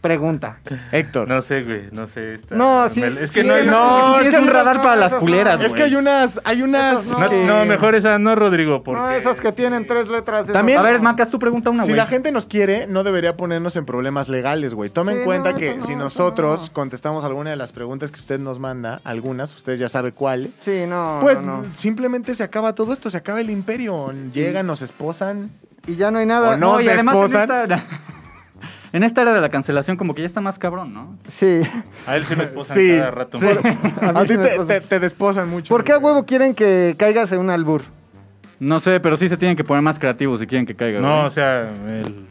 [SPEAKER 3] Pregunta.
[SPEAKER 4] Héctor.
[SPEAKER 5] No sé, güey, no sé. Esta...
[SPEAKER 3] No, sí,
[SPEAKER 5] Es
[SPEAKER 3] sí,
[SPEAKER 5] que no hay.
[SPEAKER 4] no, es que
[SPEAKER 3] esas
[SPEAKER 4] un radar
[SPEAKER 3] no,
[SPEAKER 4] para las
[SPEAKER 3] esas
[SPEAKER 4] culeras,
[SPEAKER 3] no.
[SPEAKER 4] Es que hay unas, hay unas...
[SPEAKER 3] Esas
[SPEAKER 5] No,
[SPEAKER 4] que-
[SPEAKER 5] no, mejor esa no, Rodrigo. Porque...
[SPEAKER 3] No, esas que tienen tres letras. esas
[SPEAKER 4] También-
[SPEAKER 2] A
[SPEAKER 3] no.
[SPEAKER 2] ver, Maca, tú pregunta una,
[SPEAKER 4] si
[SPEAKER 2] güey.
[SPEAKER 4] la gente nos quiere, no debería ponernos en problemas legales, güey. Tomen
[SPEAKER 3] Sí,
[SPEAKER 4] en cuenta
[SPEAKER 3] no,
[SPEAKER 4] que
[SPEAKER 3] eso no,
[SPEAKER 4] si
[SPEAKER 3] eso
[SPEAKER 4] nosotros
[SPEAKER 3] no.
[SPEAKER 4] contestamos alguna de las preguntas que usted nos manda, algunas, usted ya sabe cuál,
[SPEAKER 3] Sí, no.
[SPEAKER 4] pues
[SPEAKER 3] no, no.
[SPEAKER 4] simplemente se acaba todo esto, se acaba el imperio. Llegan, nos esposan.
[SPEAKER 3] Y ya no hay nada.
[SPEAKER 4] O no.
[SPEAKER 2] y además
[SPEAKER 4] esposan.
[SPEAKER 2] En esta, [LAUGHS] en esta era de la cancelación, como que ya está más cabrón, ¿no?
[SPEAKER 3] Sí.
[SPEAKER 5] A él se me esposan
[SPEAKER 4] Sí,
[SPEAKER 5] cada rato.
[SPEAKER 2] sí.
[SPEAKER 4] A,
[SPEAKER 3] mí
[SPEAKER 4] ti
[SPEAKER 3] sí me
[SPEAKER 4] te,
[SPEAKER 3] pasa.
[SPEAKER 4] te- te desposan mucho.
[SPEAKER 3] ¿Por qué a
[SPEAKER 4] güey.
[SPEAKER 3] huevo quieren que caigas en un albur?
[SPEAKER 2] No sé, pero sí se tienen que poner más creativos si quieren que caiga.
[SPEAKER 5] [LAUGHS] No,
[SPEAKER 2] güey.
[SPEAKER 5] o sea, el-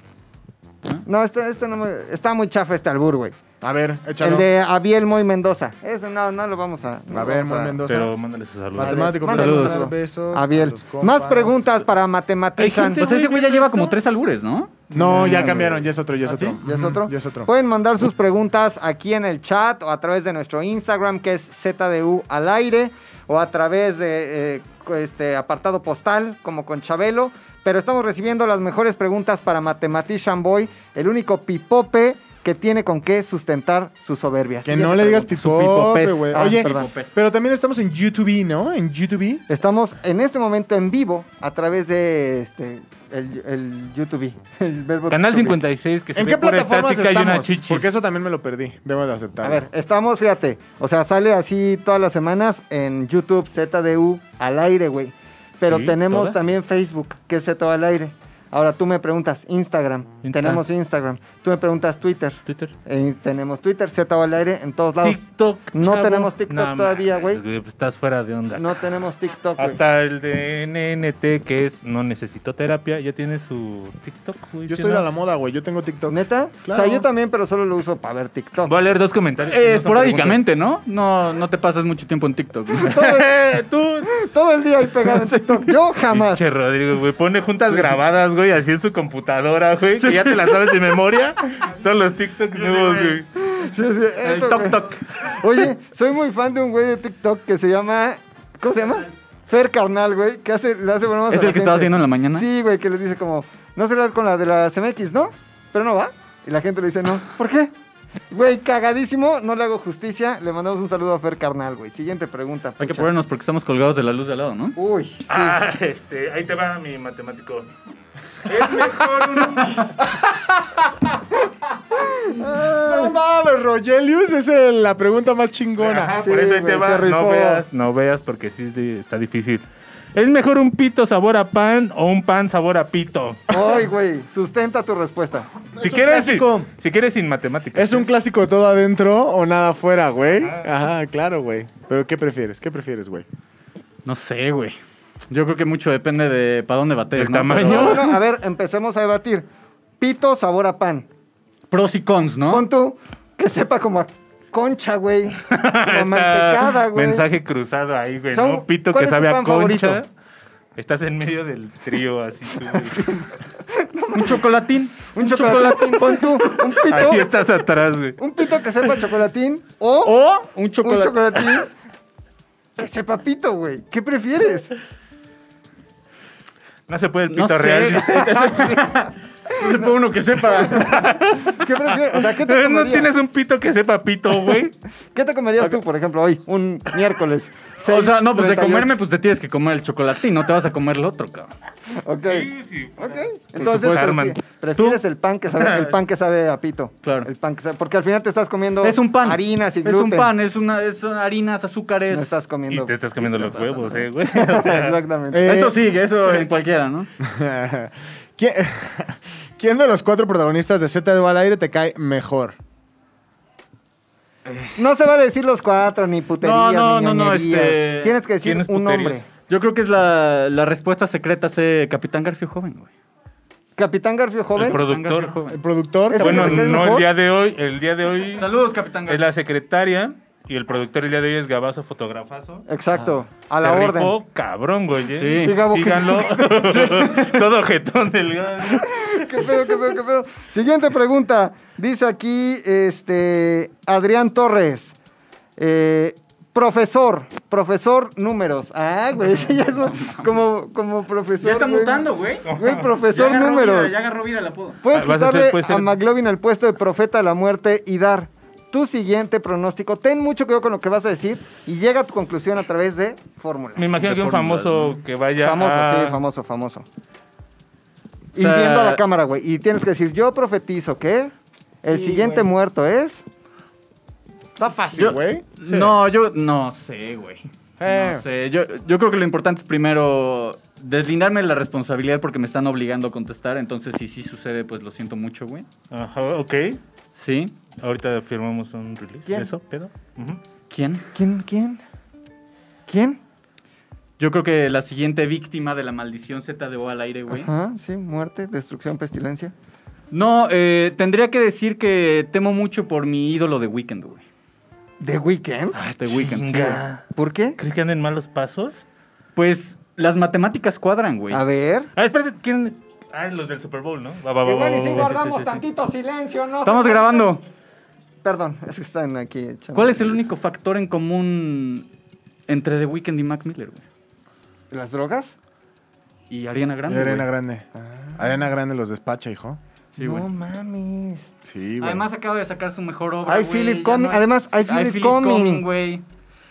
[SPEAKER 3] No, este, este no me- está muy chafa este albur, güey.
[SPEAKER 4] A ver, échalo.
[SPEAKER 3] El de Abiel Moy Mendoza. Eso no, no lo vamos a. no
[SPEAKER 4] A
[SPEAKER 3] lo
[SPEAKER 4] ver,
[SPEAKER 3] vamos
[SPEAKER 4] Mon Mendoza.
[SPEAKER 5] pero mándale sus saludos.
[SPEAKER 4] Matemático,
[SPEAKER 3] Mándale
[SPEAKER 2] un
[SPEAKER 4] saludos.
[SPEAKER 3] saludo.
[SPEAKER 4] Besos. a
[SPEAKER 3] Abiel.
[SPEAKER 4] los compas.
[SPEAKER 3] Más preguntas para
[SPEAKER 2] Hay
[SPEAKER 3] Matematician.
[SPEAKER 2] gente, o sea, Pues ese güey ya lleva como tres albures, ¿no?
[SPEAKER 4] No, ya cambiaron, ya es otro, ya es
[SPEAKER 2] ¿Ah,
[SPEAKER 4] otro.
[SPEAKER 3] ¿Ya es otro? Pues,
[SPEAKER 4] Ya es otro.
[SPEAKER 3] Pueden mandar sus preguntas aquí en el chat o a través de nuestro Instagram que es ZDU al aire o a través de eh, este apartado postal como con Chabelo. Pero estamos recibiendo las mejores preguntas para Mathematician Boy, el único pipope que tiene con qué sustentar su soberbia.
[SPEAKER 4] Que
[SPEAKER 3] Siguiente
[SPEAKER 4] no le digas
[SPEAKER 3] pregunta.
[SPEAKER 4] pipope,
[SPEAKER 2] pipopez.
[SPEAKER 4] güey.
[SPEAKER 3] Ah,
[SPEAKER 4] Oye,
[SPEAKER 3] perdón.
[SPEAKER 4] pero también estamos en YouTube, ¿no? En YouTube.
[SPEAKER 3] Estamos en este momento en vivo a través de este, el, el YouTube. [LAUGHS] El verbo
[SPEAKER 5] Canal
[SPEAKER 3] YouTube.
[SPEAKER 5] 56, que se
[SPEAKER 4] ¿En
[SPEAKER 5] ve
[SPEAKER 4] qué
[SPEAKER 5] pura
[SPEAKER 4] plataformas
[SPEAKER 5] estática y una
[SPEAKER 4] estamos?
[SPEAKER 5] chichis.
[SPEAKER 4] Porque eso también me lo perdí, debo de
[SPEAKER 3] A
[SPEAKER 4] aceptar.
[SPEAKER 3] ver, estamos, fíjate, o sea, sale así todas las semanas en YouTube ZDU al aire, güey. Pero
[SPEAKER 5] Sí,
[SPEAKER 3] tenemos
[SPEAKER 5] todas.
[SPEAKER 3] también Facebook, que es ZDU al aire. Ahora tú me preguntas Instagram,
[SPEAKER 5] Insta.
[SPEAKER 3] tenemos Instagram. Tú me preguntas Twitter,
[SPEAKER 5] Twitter.
[SPEAKER 3] eh, tenemos Twitter, ZDU al aire en todos lados.
[SPEAKER 5] TikTok.
[SPEAKER 3] No
[SPEAKER 5] chavo.
[SPEAKER 3] tenemos TikTok
[SPEAKER 5] No,
[SPEAKER 3] todavía, güey.
[SPEAKER 5] mames, pues Estás fuera de onda.
[SPEAKER 3] No tenemos TikTok. güey.
[SPEAKER 5] Hasta el de NNT, que es No Necesito Terapia, ya tiene su TikTok, güey.
[SPEAKER 4] Yo
[SPEAKER 5] si
[SPEAKER 4] estoy
[SPEAKER 5] no-
[SPEAKER 4] a la moda, güey. Yo tengo TikTok.
[SPEAKER 3] ¿Neta?
[SPEAKER 4] Claro.
[SPEAKER 3] O sea, yo también, pero solo lo uso para ver TikTok.
[SPEAKER 5] Voy a leer dos comentarios. que
[SPEAKER 2] Eh,
[SPEAKER 5] no son
[SPEAKER 2] esporádicamente, ¿no? No no te pasas mucho tiempo en TikTok. güey.
[SPEAKER 3] Todo el día ahí pegado en TikTok. Yo
[SPEAKER 5] preguntas.
[SPEAKER 3] jamás.
[SPEAKER 5] Pinche Rodrigo, güey. Pone juntas grabadas, güey, así en su computadora, güey. Que ya te las sabes de memoria. Todos los TikToks nuevos, güey.
[SPEAKER 3] Sí, sí,
[SPEAKER 2] El
[SPEAKER 3] esto,
[SPEAKER 2] toc
[SPEAKER 3] güey.
[SPEAKER 2] toc.
[SPEAKER 3] Oye, soy muy fan de un güey de TikTok que se llama. ¿Cómo se llama? Fer Carnal, güey, que hace, le hace bromas a
[SPEAKER 2] ¿Es
[SPEAKER 3] la
[SPEAKER 2] el que estaba
[SPEAKER 3] gente.
[SPEAKER 2] haciendo en la mañana?
[SPEAKER 3] Sí, güey, que les dice como, no serás con la de la CMX, ¿no? Pero no va. Y la gente le dice, no. ¿Por qué? Güey, cagadísimo, no le hago justicia. Le mandamos un saludo a Fer Carnal, güey. Siguiente pregunta.
[SPEAKER 2] Hay que
[SPEAKER 3] pucha.
[SPEAKER 2] ponernos porque estamos colgados de la luz de al lado, ¿no?
[SPEAKER 3] Uy, sí.
[SPEAKER 5] Ah, este, ahí te va mi matemático. Es mejor una...
[SPEAKER 4] No mames, Rogelius es el- la pregunta más chingona.
[SPEAKER 5] Ajá,
[SPEAKER 3] Sí,
[SPEAKER 5] por eso ahí te
[SPEAKER 3] güey, se
[SPEAKER 5] va. No
[SPEAKER 3] rifó.
[SPEAKER 5] veas, no veas porque sí, sí, está difícil. ¿Es mejor un pito sabor a pan o un pan sabor a pito?
[SPEAKER 3] Ay, güey, sustenta tu respuesta.
[SPEAKER 5] Si
[SPEAKER 4] un
[SPEAKER 5] quieres, si,
[SPEAKER 4] clásico.
[SPEAKER 5] si quieres sin matemáticas. ¿eh?
[SPEAKER 4] Es un clásico todo adentro o nada afuera, güey. Ajá, claro, güey. Pero ¿qué prefieres? ¿Qué prefieres, güey?
[SPEAKER 2] No sé, güey. Yo creo que mucho depende de para dónde bates.
[SPEAKER 5] ¿Del
[SPEAKER 2] ¿no?
[SPEAKER 5] tamaño?
[SPEAKER 2] Pero
[SPEAKER 3] Bueno, a ver, empecemos a debatir. Pito, sabor a pan.
[SPEAKER 2] Pros y cons, ¿no?
[SPEAKER 3] Pon tú que sepa como a concha,
[SPEAKER 2] [LAUGHS]
[SPEAKER 3] güey. Como a
[SPEAKER 5] Está
[SPEAKER 3] mantecada, güey.
[SPEAKER 5] Mensaje cruzado ahí, güey.
[SPEAKER 3] Son-
[SPEAKER 5] ¿no? Pito
[SPEAKER 3] ¿cuál
[SPEAKER 5] que
[SPEAKER 3] es tu
[SPEAKER 5] sabe a
[SPEAKER 3] pan
[SPEAKER 5] concha.
[SPEAKER 3] favorito?
[SPEAKER 5] Estás en medio del trío, así tú.
[SPEAKER 3] [LAUGHS]
[SPEAKER 5] güey.
[SPEAKER 2] Un chocolatín.
[SPEAKER 3] Un chocolatín, pon tú. Un
[SPEAKER 5] Ahí
[SPEAKER 3] pito.
[SPEAKER 5] estás atrás, güey.
[SPEAKER 3] Un pito que sepa a chocolatín o
[SPEAKER 2] O un
[SPEAKER 3] un
[SPEAKER 2] chocolatín.
[SPEAKER 3] chocolatín que sepa a pito, güey. ¿Qué prefieres?
[SPEAKER 5] No se puede el pito
[SPEAKER 2] No sé.
[SPEAKER 5] real.
[SPEAKER 3] [LAUGHS]
[SPEAKER 5] dice.
[SPEAKER 2] Se pone uno que sepa.
[SPEAKER 3] ¿Qué prefieres? O sea, ¿qué te
[SPEAKER 5] "Eh, No,
[SPEAKER 3] comerías?
[SPEAKER 5] tienes un pito que sepa pito, güey.
[SPEAKER 3] ¿Qué te comerías tú, por ejemplo, hoy? Un miércoles.
[SPEAKER 2] O sea, no, pues de
[SPEAKER 3] 6:38.
[SPEAKER 2] comerme, pues te tienes que comer el chocolatín. No te vas a comer el otro, cabrón. pues,
[SPEAKER 3] Ok.
[SPEAKER 5] sí.
[SPEAKER 3] Ok, entonces
[SPEAKER 5] supuesto,
[SPEAKER 3] prefi-
[SPEAKER 5] Arman.
[SPEAKER 3] prefieres el pan que sabe el pan que sabe a pito.
[SPEAKER 2] Claro.
[SPEAKER 3] El pan que sabe, porque al final te estás comiendo
[SPEAKER 2] Es un pan.
[SPEAKER 3] Oh, harinas y
[SPEAKER 2] Es un
[SPEAKER 3] gluten.
[SPEAKER 2] pan, es una, es una- harinas, azúcares.
[SPEAKER 3] No estás comiendo.
[SPEAKER 5] Y te estás comiendo los huevos, eh, güey.
[SPEAKER 3] [LAUGHS] Exactamente.
[SPEAKER 4] Eh,
[SPEAKER 2] Eso sí, eso en cualquiera, ¿no?
[SPEAKER 4] [LAUGHS] ¿Quién, [LAUGHS] quién de los cuatro protagonistas de Z al aire te cae mejor?
[SPEAKER 3] No se va a decir los cuatro, ni puterías,
[SPEAKER 2] No, no,
[SPEAKER 3] ni
[SPEAKER 2] no, no,
[SPEAKER 3] ñoñerías.
[SPEAKER 2] este,
[SPEAKER 3] Tienes que decir
[SPEAKER 5] ¿quién es
[SPEAKER 3] un
[SPEAKER 5] puterías?
[SPEAKER 3] nombre.
[SPEAKER 2] Yo creo que es la, la respuesta secreta ese Capitán Garfio joven, güey.
[SPEAKER 3] Capitán Garfio
[SPEAKER 5] [LAUGHS] El
[SPEAKER 3] Joven.
[SPEAKER 2] Capitán Garfio
[SPEAKER 5] productor.
[SPEAKER 4] ¿El
[SPEAKER 2] joven.
[SPEAKER 4] productor?
[SPEAKER 3] Es-
[SPEAKER 5] Bueno,
[SPEAKER 3] ¿Ese que es
[SPEAKER 5] no
[SPEAKER 3] mejor?
[SPEAKER 5] el día de hoy. El día de hoy
[SPEAKER 2] Saludos, Capitán
[SPEAKER 5] es
[SPEAKER 2] Garfio.
[SPEAKER 5] la secretaria y el productor el día de hoy es Gabazo Fotografazo.
[SPEAKER 3] Exacto. A la
[SPEAKER 5] Ah, Se
[SPEAKER 3] orden. [LAUGHS]
[SPEAKER 5] rifó, cabrón, güey. ¿eh?
[SPEAKER 2] Sí.
[SPEAKER 3] Y Gabo, ¿qué- [LAUGHS]
[SPEAKER 5] Síganlo. [LAUGHS] Todo jetón del
[SPEAKER 3] ¿Qué pedo, qué pedo, qué pedo? Siguiente pregunta. Dice aquí este Adrián Torres. Eh, profesor, Profesor números. Ah, güey, [LAUGHS] ese ya es como, como profesor.
[SPEAKER 7] Ya está
[SPEAKER 3] güey.
[SPEAKER 7] mutando, güey.
[SPEAKER 3] Güey,
[SPEAKER 7] Ya
[SPEAKER 3] profesor
[SPEAKER 7] agarró vida,
[SPEAKER 3] números.
[SPEAKER 7] ya agarró vida el apodo.
[SPEAKER 3] Puedes
[SPEAKER 5] Ah, Vas a
[SPEAKER 3] quitarle
[SPEAKER 5] ser-
[SPEAKER 3] a,
[SPEAKER 5] puede ser-
[SPEAKER 3] McLovin al puesto de profeta de la muerte y dar tu siguiente pronóstico. Ten mucho cuidado con lo que vas a decir y llega a tu conclusión a través de fórmulas.
[SPEAKER 5] Me imagino
[SPEAKER 6] De
[SPEAKER 5] que un
[SPEAKER 6] fórmulas,
[SPEAKER 5] famoso que vaya
[SPEAKER 3] Famoso,
[SPEAKER 5] a...
[SPEAKER 3] sí, famoso, famoso. Y
[SPEAKER 2] sea-
[SPEAKER 3] viendo a la cámara, güey. Y tienes que decir, yo profetizo que el
[SPEAKER 7] Sí,
[SPEAKER 3] siguiente
[SPEAKER 7] güey.
[SPEAKER 3] muerto es...
[SPEAKER 4] Está fácil, güey.
[SPEAKER 2] No, yo no sé, güey.
[SPEAKER 4] Eh.
[SPEAKER 2] No sé. Yo, yo creo que lo importante es primero deslindarme de la responsabilidad porque me están obligando a contestar. Entonces, si sí sucede, pues lo siento mucho, güey.
[SPEAKER 5] Ajá, ok.
[SPEAKER 2] Sí.
[SPEAKER 5] Ahorita firmamos un release.
[SPEAKER 3] ¿Quién?
[SPEAKER 5] ¿Eso, pedo? Ujú.
[SPEAKER 2] ¿Quién?
[SPEAKER 3] ¿Quién? ¿Quién? ¿Quién?
[SPEAKER 2] Yo creo que la siguiente víctima de la maldición Z de O al aire, güey.
[SPEAKER 3] Ajá, sí, muerte, destrucción, pestilencia.
[SPEAKER 2] No, eh, tendría que decir que temo mucho por mi ídolo de Weekend, güey.
[SPEAKER 3] ¿De
[SPEAKER 5] Ah,
[SPEAKER 3] Weekend?
[SPEAKER 2] De Weekend. sí, güey.
[SPEAKER 5] Chinga.
[SPEAKER 3] ¿Por qué?
[SPEAKER 5] ¿Crees que anden malos pasos?
[SPEAKER 2] Pues las matemáticas cuadran, güey.
[SPEAKER 3] A ver.
[SPEAKER 5] Ah, espérate, ¿quién? Ah, los del Super Bowl, ¿no? Va, va, va, va, va, va, va, sí, sí, sí.
[SPEAKER 3] silencio, ¿no?
[SPEAKER 2] Estamos grabando.
[SPEAKER 3] Perdón, es que están aquí. echando-
[SPEAKER 2] ¿Cuál es el único factor en común entre The Weeknd y Mac Miller, güey?
[SPEAKER 3] ¿Las drogas?
[SPEAKER 2] Y Ariana Grande.
[SPEAKER 4] Y Arena
[SPEAKER 2] güey.
[SPEAKER 4] Grande. Arena Grande los despacha, hijo.
[SPEAKER 2] Sí,
[SPEAKER 3] no
[SPEAKER 2] güey.
[SPEAKER 3] mames.
[SPEAKER 4] Sí, güey.
[SPEAKER 2] Además acaba de sacar su mejor obra.
[SPEAKER 3] I
[SPEAKER 2] güey.
[SPEAKER 3] feel it
[SPEAKER 2] Ya
[SPEAKER 3] coming.
[SPEAKER 2] hay-
[SPEAKER 3] Además, I feel it coming.
[SPEAKER 2] güey.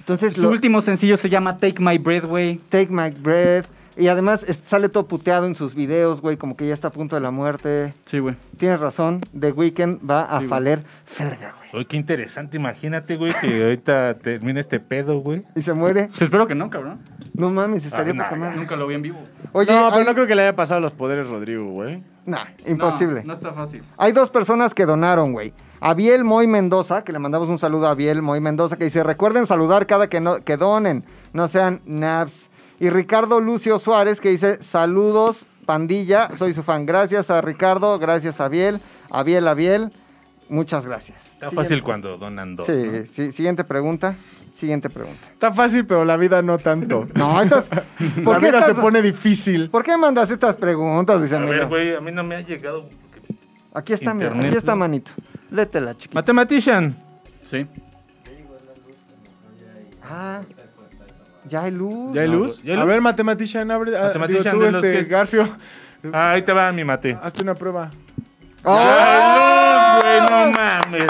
[SPEAKER 3] Entonces,
[SPEAKER 2] Su
[SPEAKER 3] lo-
[SPEAKER 2] último sencillo se llama Take My Breath, güey.
[SPEAKER 3] Take My Breath. Y además es- sale todo puteado en sus videos, güey, como que ya está a punto de la muerte.
[SPEAKER 2] Sí, güey.
[SPEAKER 3] Tienes razón, The Weeknd va a faler ferga, güey.
[SPEAKER 5] Oye, qué interesante. Imagínate, güey, que ahorita termine este pedo, güey.
[SPEAKER 3] Y se muere.
[SPEAKER 2] Te espero que no, cabrón.
[SPEAKER 3] No mames, estaría
[SPEAKER 5] Ah, no,
[SPEAKER 3] poca madre.
[SPEAKER 2] Nunca lo vi en vivo.
[SPEAKER 3] Oye,
[SPEAKER 4] no, pero
[SPEAKER 3] hay-
[SPEAKER 4] no creo que le haya pasado los poderes Rodrigo, güey.
[SPEAKER 3] Nah, imposible.
[SPEAKER 2] No, no está fácil.
[SPEAKER 3] Hay dos personas que donaron, güey. Abiel Moy Mendoza, que le mandamos un saludo a Abiel Moy Mendoza, que dice, recuerden saludar cada que, no- que donen, no sean naps. Y Ricardo Lucio Suárez, que dice, saludos, pandilla, soy su fan. Gracias a Ricardo, gracias a Abiel, Abiel, Abiel, muchas gracias.
[SPEAKER 5] Está fácil cuando donan dos.
[SPEAKER 3] Sí,
[SPEAKER 5] ¿no?
[SPEAKER 3] sí, siguiente pregunta, siguiente pregunta.
[SPEAKER 4] Está fácil, pero la vida no
[SPEAKER 3] [LAUGHS]
[SPEAKER 4] tanto.
[SPEAKER 3] No,
[SPEAKER 5] [LAUGHS]
[SPEAKER 3] estas...
[SPEAKER 4] la
[SPEAKER 3] ¿por, qué
[SPEAKER 4] vida
[SPEAKER 3] estas-
[SPEAKER 4] se pone difícil.
[SPEAKER 3] ¿Por qué mandas estas preguntas, dice
[SPEAKER 5] A ver,
[SPEAKER 3] Emilio?
[SPEAKER 5] güey, a mí no me ha llegado. porque-
[SPEAKER 3] Aquí está, mira,
[SPEAKER 5] Internet,
[SPEAKER 3] aquí está,
[SPEAKER 5] ¿no?
[SPEAKER 3] manito. Létela, chiquita.
[SPEAKER 5] Mathematician.
[SPEAKER 2] Sí.
[SPEAKER 3] Ah, ya hay luz.
[SPEAKER 4] ¿Ya hay
[SPEAKER 5] No,
[SPEAKER 4] luz?
[SPEAKER 5] ¿ya hay
[SPEAKER 4] A
[SPEAKER 5] luz?
[SPEAKER 4] ver, matematician, abre. ah, digo,
[SPEAKER 5] Matematician
[SPEAKER 4] tú,
[SPEAKER 5] de los
[SPEAKER 4] este,
[SPEAKER 5] que-
[SPEAKER 4] Garfio, [LAUGHS]
[SPEAKER 5] Ah, ahí te va mi mate.
[SPEAKER 4] hazte una prueba.
[SPEAKER 3] Ah,
[SPEAKER 5] ¡Ay, luz, güey! ¡No mames!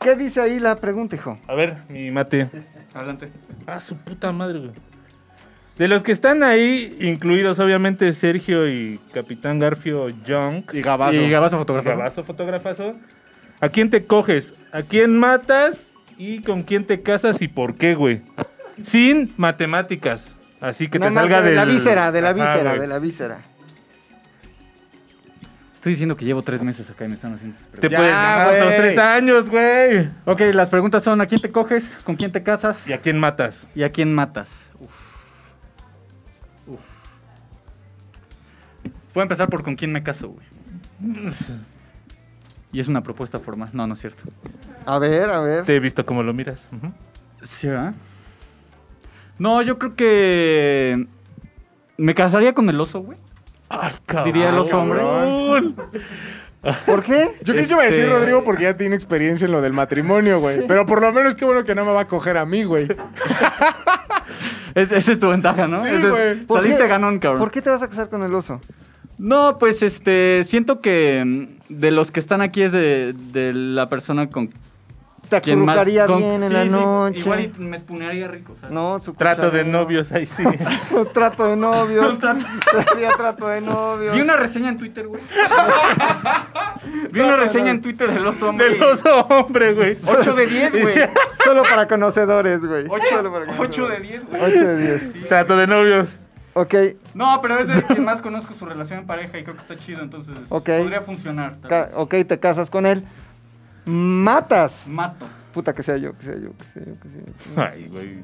[SPEAKER 3] ¿Qué dice ahí la pregunta, hijo?
[SPEAKER 5] A ver, mi mate.
[SPEAKER 2] Adelante.
[SPEAKER 5] Ah, su puta madre, güey. De los que están ahí, incluidos obviamente Sergio y Capitán Garfio Young.
[SPEAKER 4] Y Gabazo.
[SPEAKER 2] Y Gabazo fotógrafo.
[SPEAKER 5] Grabazo, fotógrafazo. ¿A quién te coges? ¿A quién matas? ¿Y con quién te casas y por qué, güey? Sin matemáticas. Así que
[SPEAKER 3] Nada
[SPEAKER 5] te
[SPEAKER 3] más
[SPEAKER 5] salga
[SPEAKER 3] de la
[SPEAKER 5] del-
[SPEAKER 3] víscera, de la
[SPEAKER 5] Ajá,
[SPEAKER 3] víscera,
[SPEAKER 5] güey.
[SPEAKER 3] de la víscera.
[SPEAKER 2] Estoy diciendo que llevo tres meses acá y me están haciendo esas
[SPEAKER 5] Te
[SPEAKER 2] preguntas.
[SPEAKER 4] Ya,
[SPEAKER 5] pueden ganar
[SPEAKER 4] güey.
[SPEAKER 5] los tres años, güey.
[SPEAKER 2] Ok, las preguntas son: ¿a quién te coges? ¿Con quién te casas?
[SPEAKER 5] ¿Y a quién matas?
[SPEAKER 2] ¿Y a quién matas? Uf. Uf. Puedo empezar por con quién me caso, güey. Y es una propuesta formal. No, no es cierto.
[SPEAKER 3] A ver, a ver.
[SPEAKER 5] Te he visto cómo lo miras. Ujú.
[SPEAKER 2] ¿Sí, verdad? No, yo creo que. Me casaría con el oso, güey.
[SPEAKER 5] Ay, cabrón.
[SPEAKER 2] Diría el oso hombre.
[SPEAKER 3] ¿Por qué?
[SPEAKER 4] Yo creo que iba a decir
[SPEAKER 2] Este-
[SPEAKER 4] Rodrigo porque ya tiene experiencia en lo del matrimonio, güey. Pero por lo menos qué bueno que no me va a coger a mí, güey.
[SPEAKER 2] Es- esa es tu ventaja, ¿no?
[SPEAKER 4] Sí,
[SPEAKER 2] Esa es-
[SPEAKER 4] güey.
[SPEAKER 3] ¿Por
[SPEAKER 2] Saliste
[SPEAKER 3] qué?
[SPEAKER 2] ganón, cabrón.
[SPEAKER 3] ¿Por qué te vas a casar con el oso?
[SPEAKER 2] No, pues este. Siento que mm, de los que están aquí es de, de la persona con
[SPEAKER 3] Te
[SPEAKER 2] quien más.
[SPEAKER 3] acurrucaría
[SPEAKER 2] con-
[SPEAKER 3] bien en
[SPEAKER 2] Sí,
[SPEAKER 3] la
[SPEAKER 2] sí,
[SPEAKER 3] noche.
[SPEAKER 2] Igual y me espunearía rico, ¿sabes?
[SPEAKER 3] No, su
[SPEAKER 5] Trato
[SPEAKER 3] cuchara,
[SPEAKER 5] de
[SPEAKER 3] no.
[SPEAKER 5] novios, ahí sí.
[SPEAKER 3] [LAUGHS] trato
[SPEAKER 2] [LAUGHS]
[SPEAKER 3] de novios. Todavía trato de novios.
[SPEAKER 2] Vi una reseña en Twitter, [LAUGHS] güey. Vi una reseña en Twitter de los hombres.
[SPEAKER 5] Del oso hombre, güey.
[SPEAKER 2] 8 de 10, güey.
[SPEAKER 3] Solo para conocedores, güey.
[SPEAKER 2] [LAUGHS]
[SPEAKER 3] Solo para
[SPEAKER 2] 8 de 10, güey.
[SPEAKER 3] 8 de 10.
[SPEAKER 5] Trato de novios.
[SPEAKER 3] Ok,
[SPEAKER 2] No, pero es el que más conozco su relación en pareja y creo que está chido, entonces
[SPEAKER 3] Ok.
[SPEAKER 2] podría funcionar. tal
[SPEAKER 3] ca-
[SPEAKER 2] vez.
[SPEAKER 3] ok, te casas con él. Matas.
[SPEAKER 2] Mato.
[SPEAKER 3] Puta, que sea yo, que sea yo, que sea yo, que sea yo.
[SPEAKER 5] Ay, güey.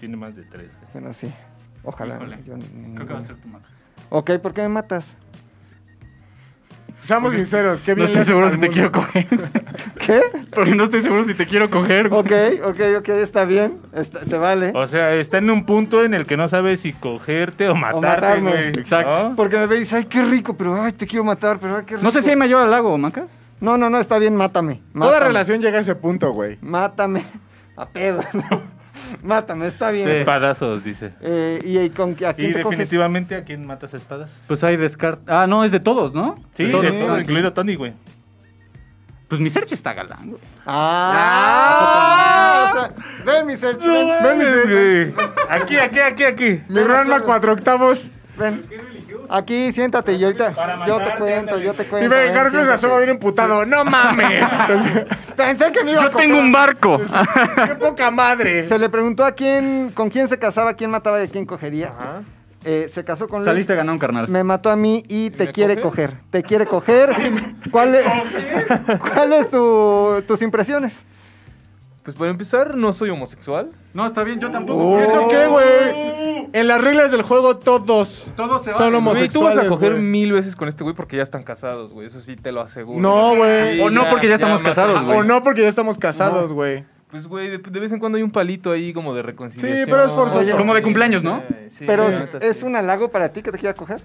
[SPEAKER 5] Tiene más de tres. güey.
[SPEAKER 3] Bueno, sí. Ojalá.
[SPEAKER 2] Híjole.
[SPEAKER 3] yo ni-
[SPEAKER 2] Creo que va a ser tu mato.
[SPEAKER 3] Ok, ¿por qué me matas?
[SPEAKER 4] Seamos sinceros, qué bien. le haces al mundo.
[SPEAKER 2] coger.
[SPEAKER 3] ¿Qué?
[SPEAKER 2] Porque no estoy seguro si te quiero coger,
[SPEAKER 3] Ok, ok, ok, está bien. está- se vale.
[SPEAKER 5] O sea, está en un punto en el que no sabe si cogerte o matarte,
[SPEAKER 3] matarme.
[SPEAKER 5] güey.
[SPEAKER 2] Exacto.
[SPEAKER 5] ¿No?
[SPEAKER 3] Porque me ve y dice, ay, qué rico, pero ay, te quiero matar, pero ay, qué rico.
[SPEAKER 2] No sé si hay mayor halago, Macas.
[SPEAKER 3] No, no, no, está bien, mátame.
[SPEAKER 4] Toda
[SPEAKER 3] mátame,
[SPEAKER 4] relación llega a ese punto, güey.
[SPEAKER 3] Mátame. [LAUGHS] A pedo. Mátame, está bien.
[SPEAKER 2] Sí.
[SPEAKER 5] Espadazos, dice.
[SPEAKER 3] Eh, y, y con que a quién
[SPEAKER 5] Y
[SPEAKER 3] te coges?
[SPEAKER 5] definitivamente, ¿a quién matas a espadas?
[SPEAKER 2] Pues hay descarte. Ah, no, es de todos, ¿no?
[SPEAKER 5] Sí,
[SPEAKER 2] De todos.
[SPEAKER 5] de todo,
[SPEAKER 2] Ah,
[SPEAKER 5] incluido Tony, güey.
[SPEAKER 2] Pues mi search está galán, güey.
[SPEAKER 3] Ah, o sea, ven, mi search, ven,
[SPEAKER 4] Ven, mi Serge.
[SPEAKER 5] Aquí, aquí, aquí, aquí.
[SPEAKER 4] Mi Ranma cuatro octavos.
[SPEAKER 3] ven. Aquí siéntate y ahorita
[SPEAKER 5] Para
[SPEAKER 3] yo te
[SPEAKER 5] matarte,
[SPEAKER 3] cuento,
[SPEAKER 5] ándale.
[SPEAKER 3] yo te cuento.
[SPEAKER 4] Y ve,
[SPEAKER 3] ven,
[SPEAKER 4] Garfield se
[SPEAKER 3] siéntate.
[SPEAKER 4] asoma bien emputado.
[SPEAKER 3] [LAUGHS]
[SPEAKER 4] ¡No mames! O sea,
[SPEAKER 3] Pensé que me iba a
[SPEAKER 2] Yo Este,
[SPEAKER 3] comprar.
[SPEAKER 2] tengo un [LAUGHS] barco.
[SPEAKER 4] ¡Qué poca madre!
[SPEAKER 3] Se le preguntó a quién, con quién se casaba, quién mataba y a quién cogería. Eh, se casó con Luis.
[SPEAKER 2] Saliste a ganar un carnal.
[SPEAKER 3] Me mató a mí y te quiere coger. Te quiere coger. ¿Cuál es, ¿cuál es tu- tus impresiones?
[SPEAKER 7] Pues para empezar, no soy homosexual.
[SPEAKER 2] No, está bien, yo
[SPEAKER 4] ¿Y
[SPEAKER 2] tampoco.
[SPEAKER 4] eso qué, güey? En las reglas del juego, todos
[SPEAKER 2] Todos se
[SPEAKER 4] son
[SPEAKER 2] valen.
[SPEAKER 7] Güey,
[SPEAKER 4] homosexuales.
[SPEAKER 7] tú vas a coger
[SPEAKER 4] güey.
[SPEAKER 7] mil veces con este güey porque ya están casados, güey. Eso sí te lo aseguro.
[SPEAKER 4] No, güey.
[SPEAKER 2] O no, porque ya estamos
[SPEAKER 7] matas-
[SPEAKER 2] casados,
[SPEAKER 7] Ah,
[SPEAKER 4] O no, porque ya estamos casados, güey.
[SPEAKER 7] Pues, güey, de, de vez en cuando hay un palito ahí como de reconciliación.
[SPEAKER 4] Sí, pero es forzoso.
[SPEAKER 3] Oye,
[SPEAKER 2] Como de cumpleaños, ¿no?
[SPEAKER 7] Sí,
[SPEAKER 3] Pero
[SPEAKER 7] la
[SPEAKER 3] es,
[SPEAKER 7] neta,
[SPEAKER 3] es
[SPEAKER 7] sí.
[SPEAKER 3] un halago para ti que te quiera coger.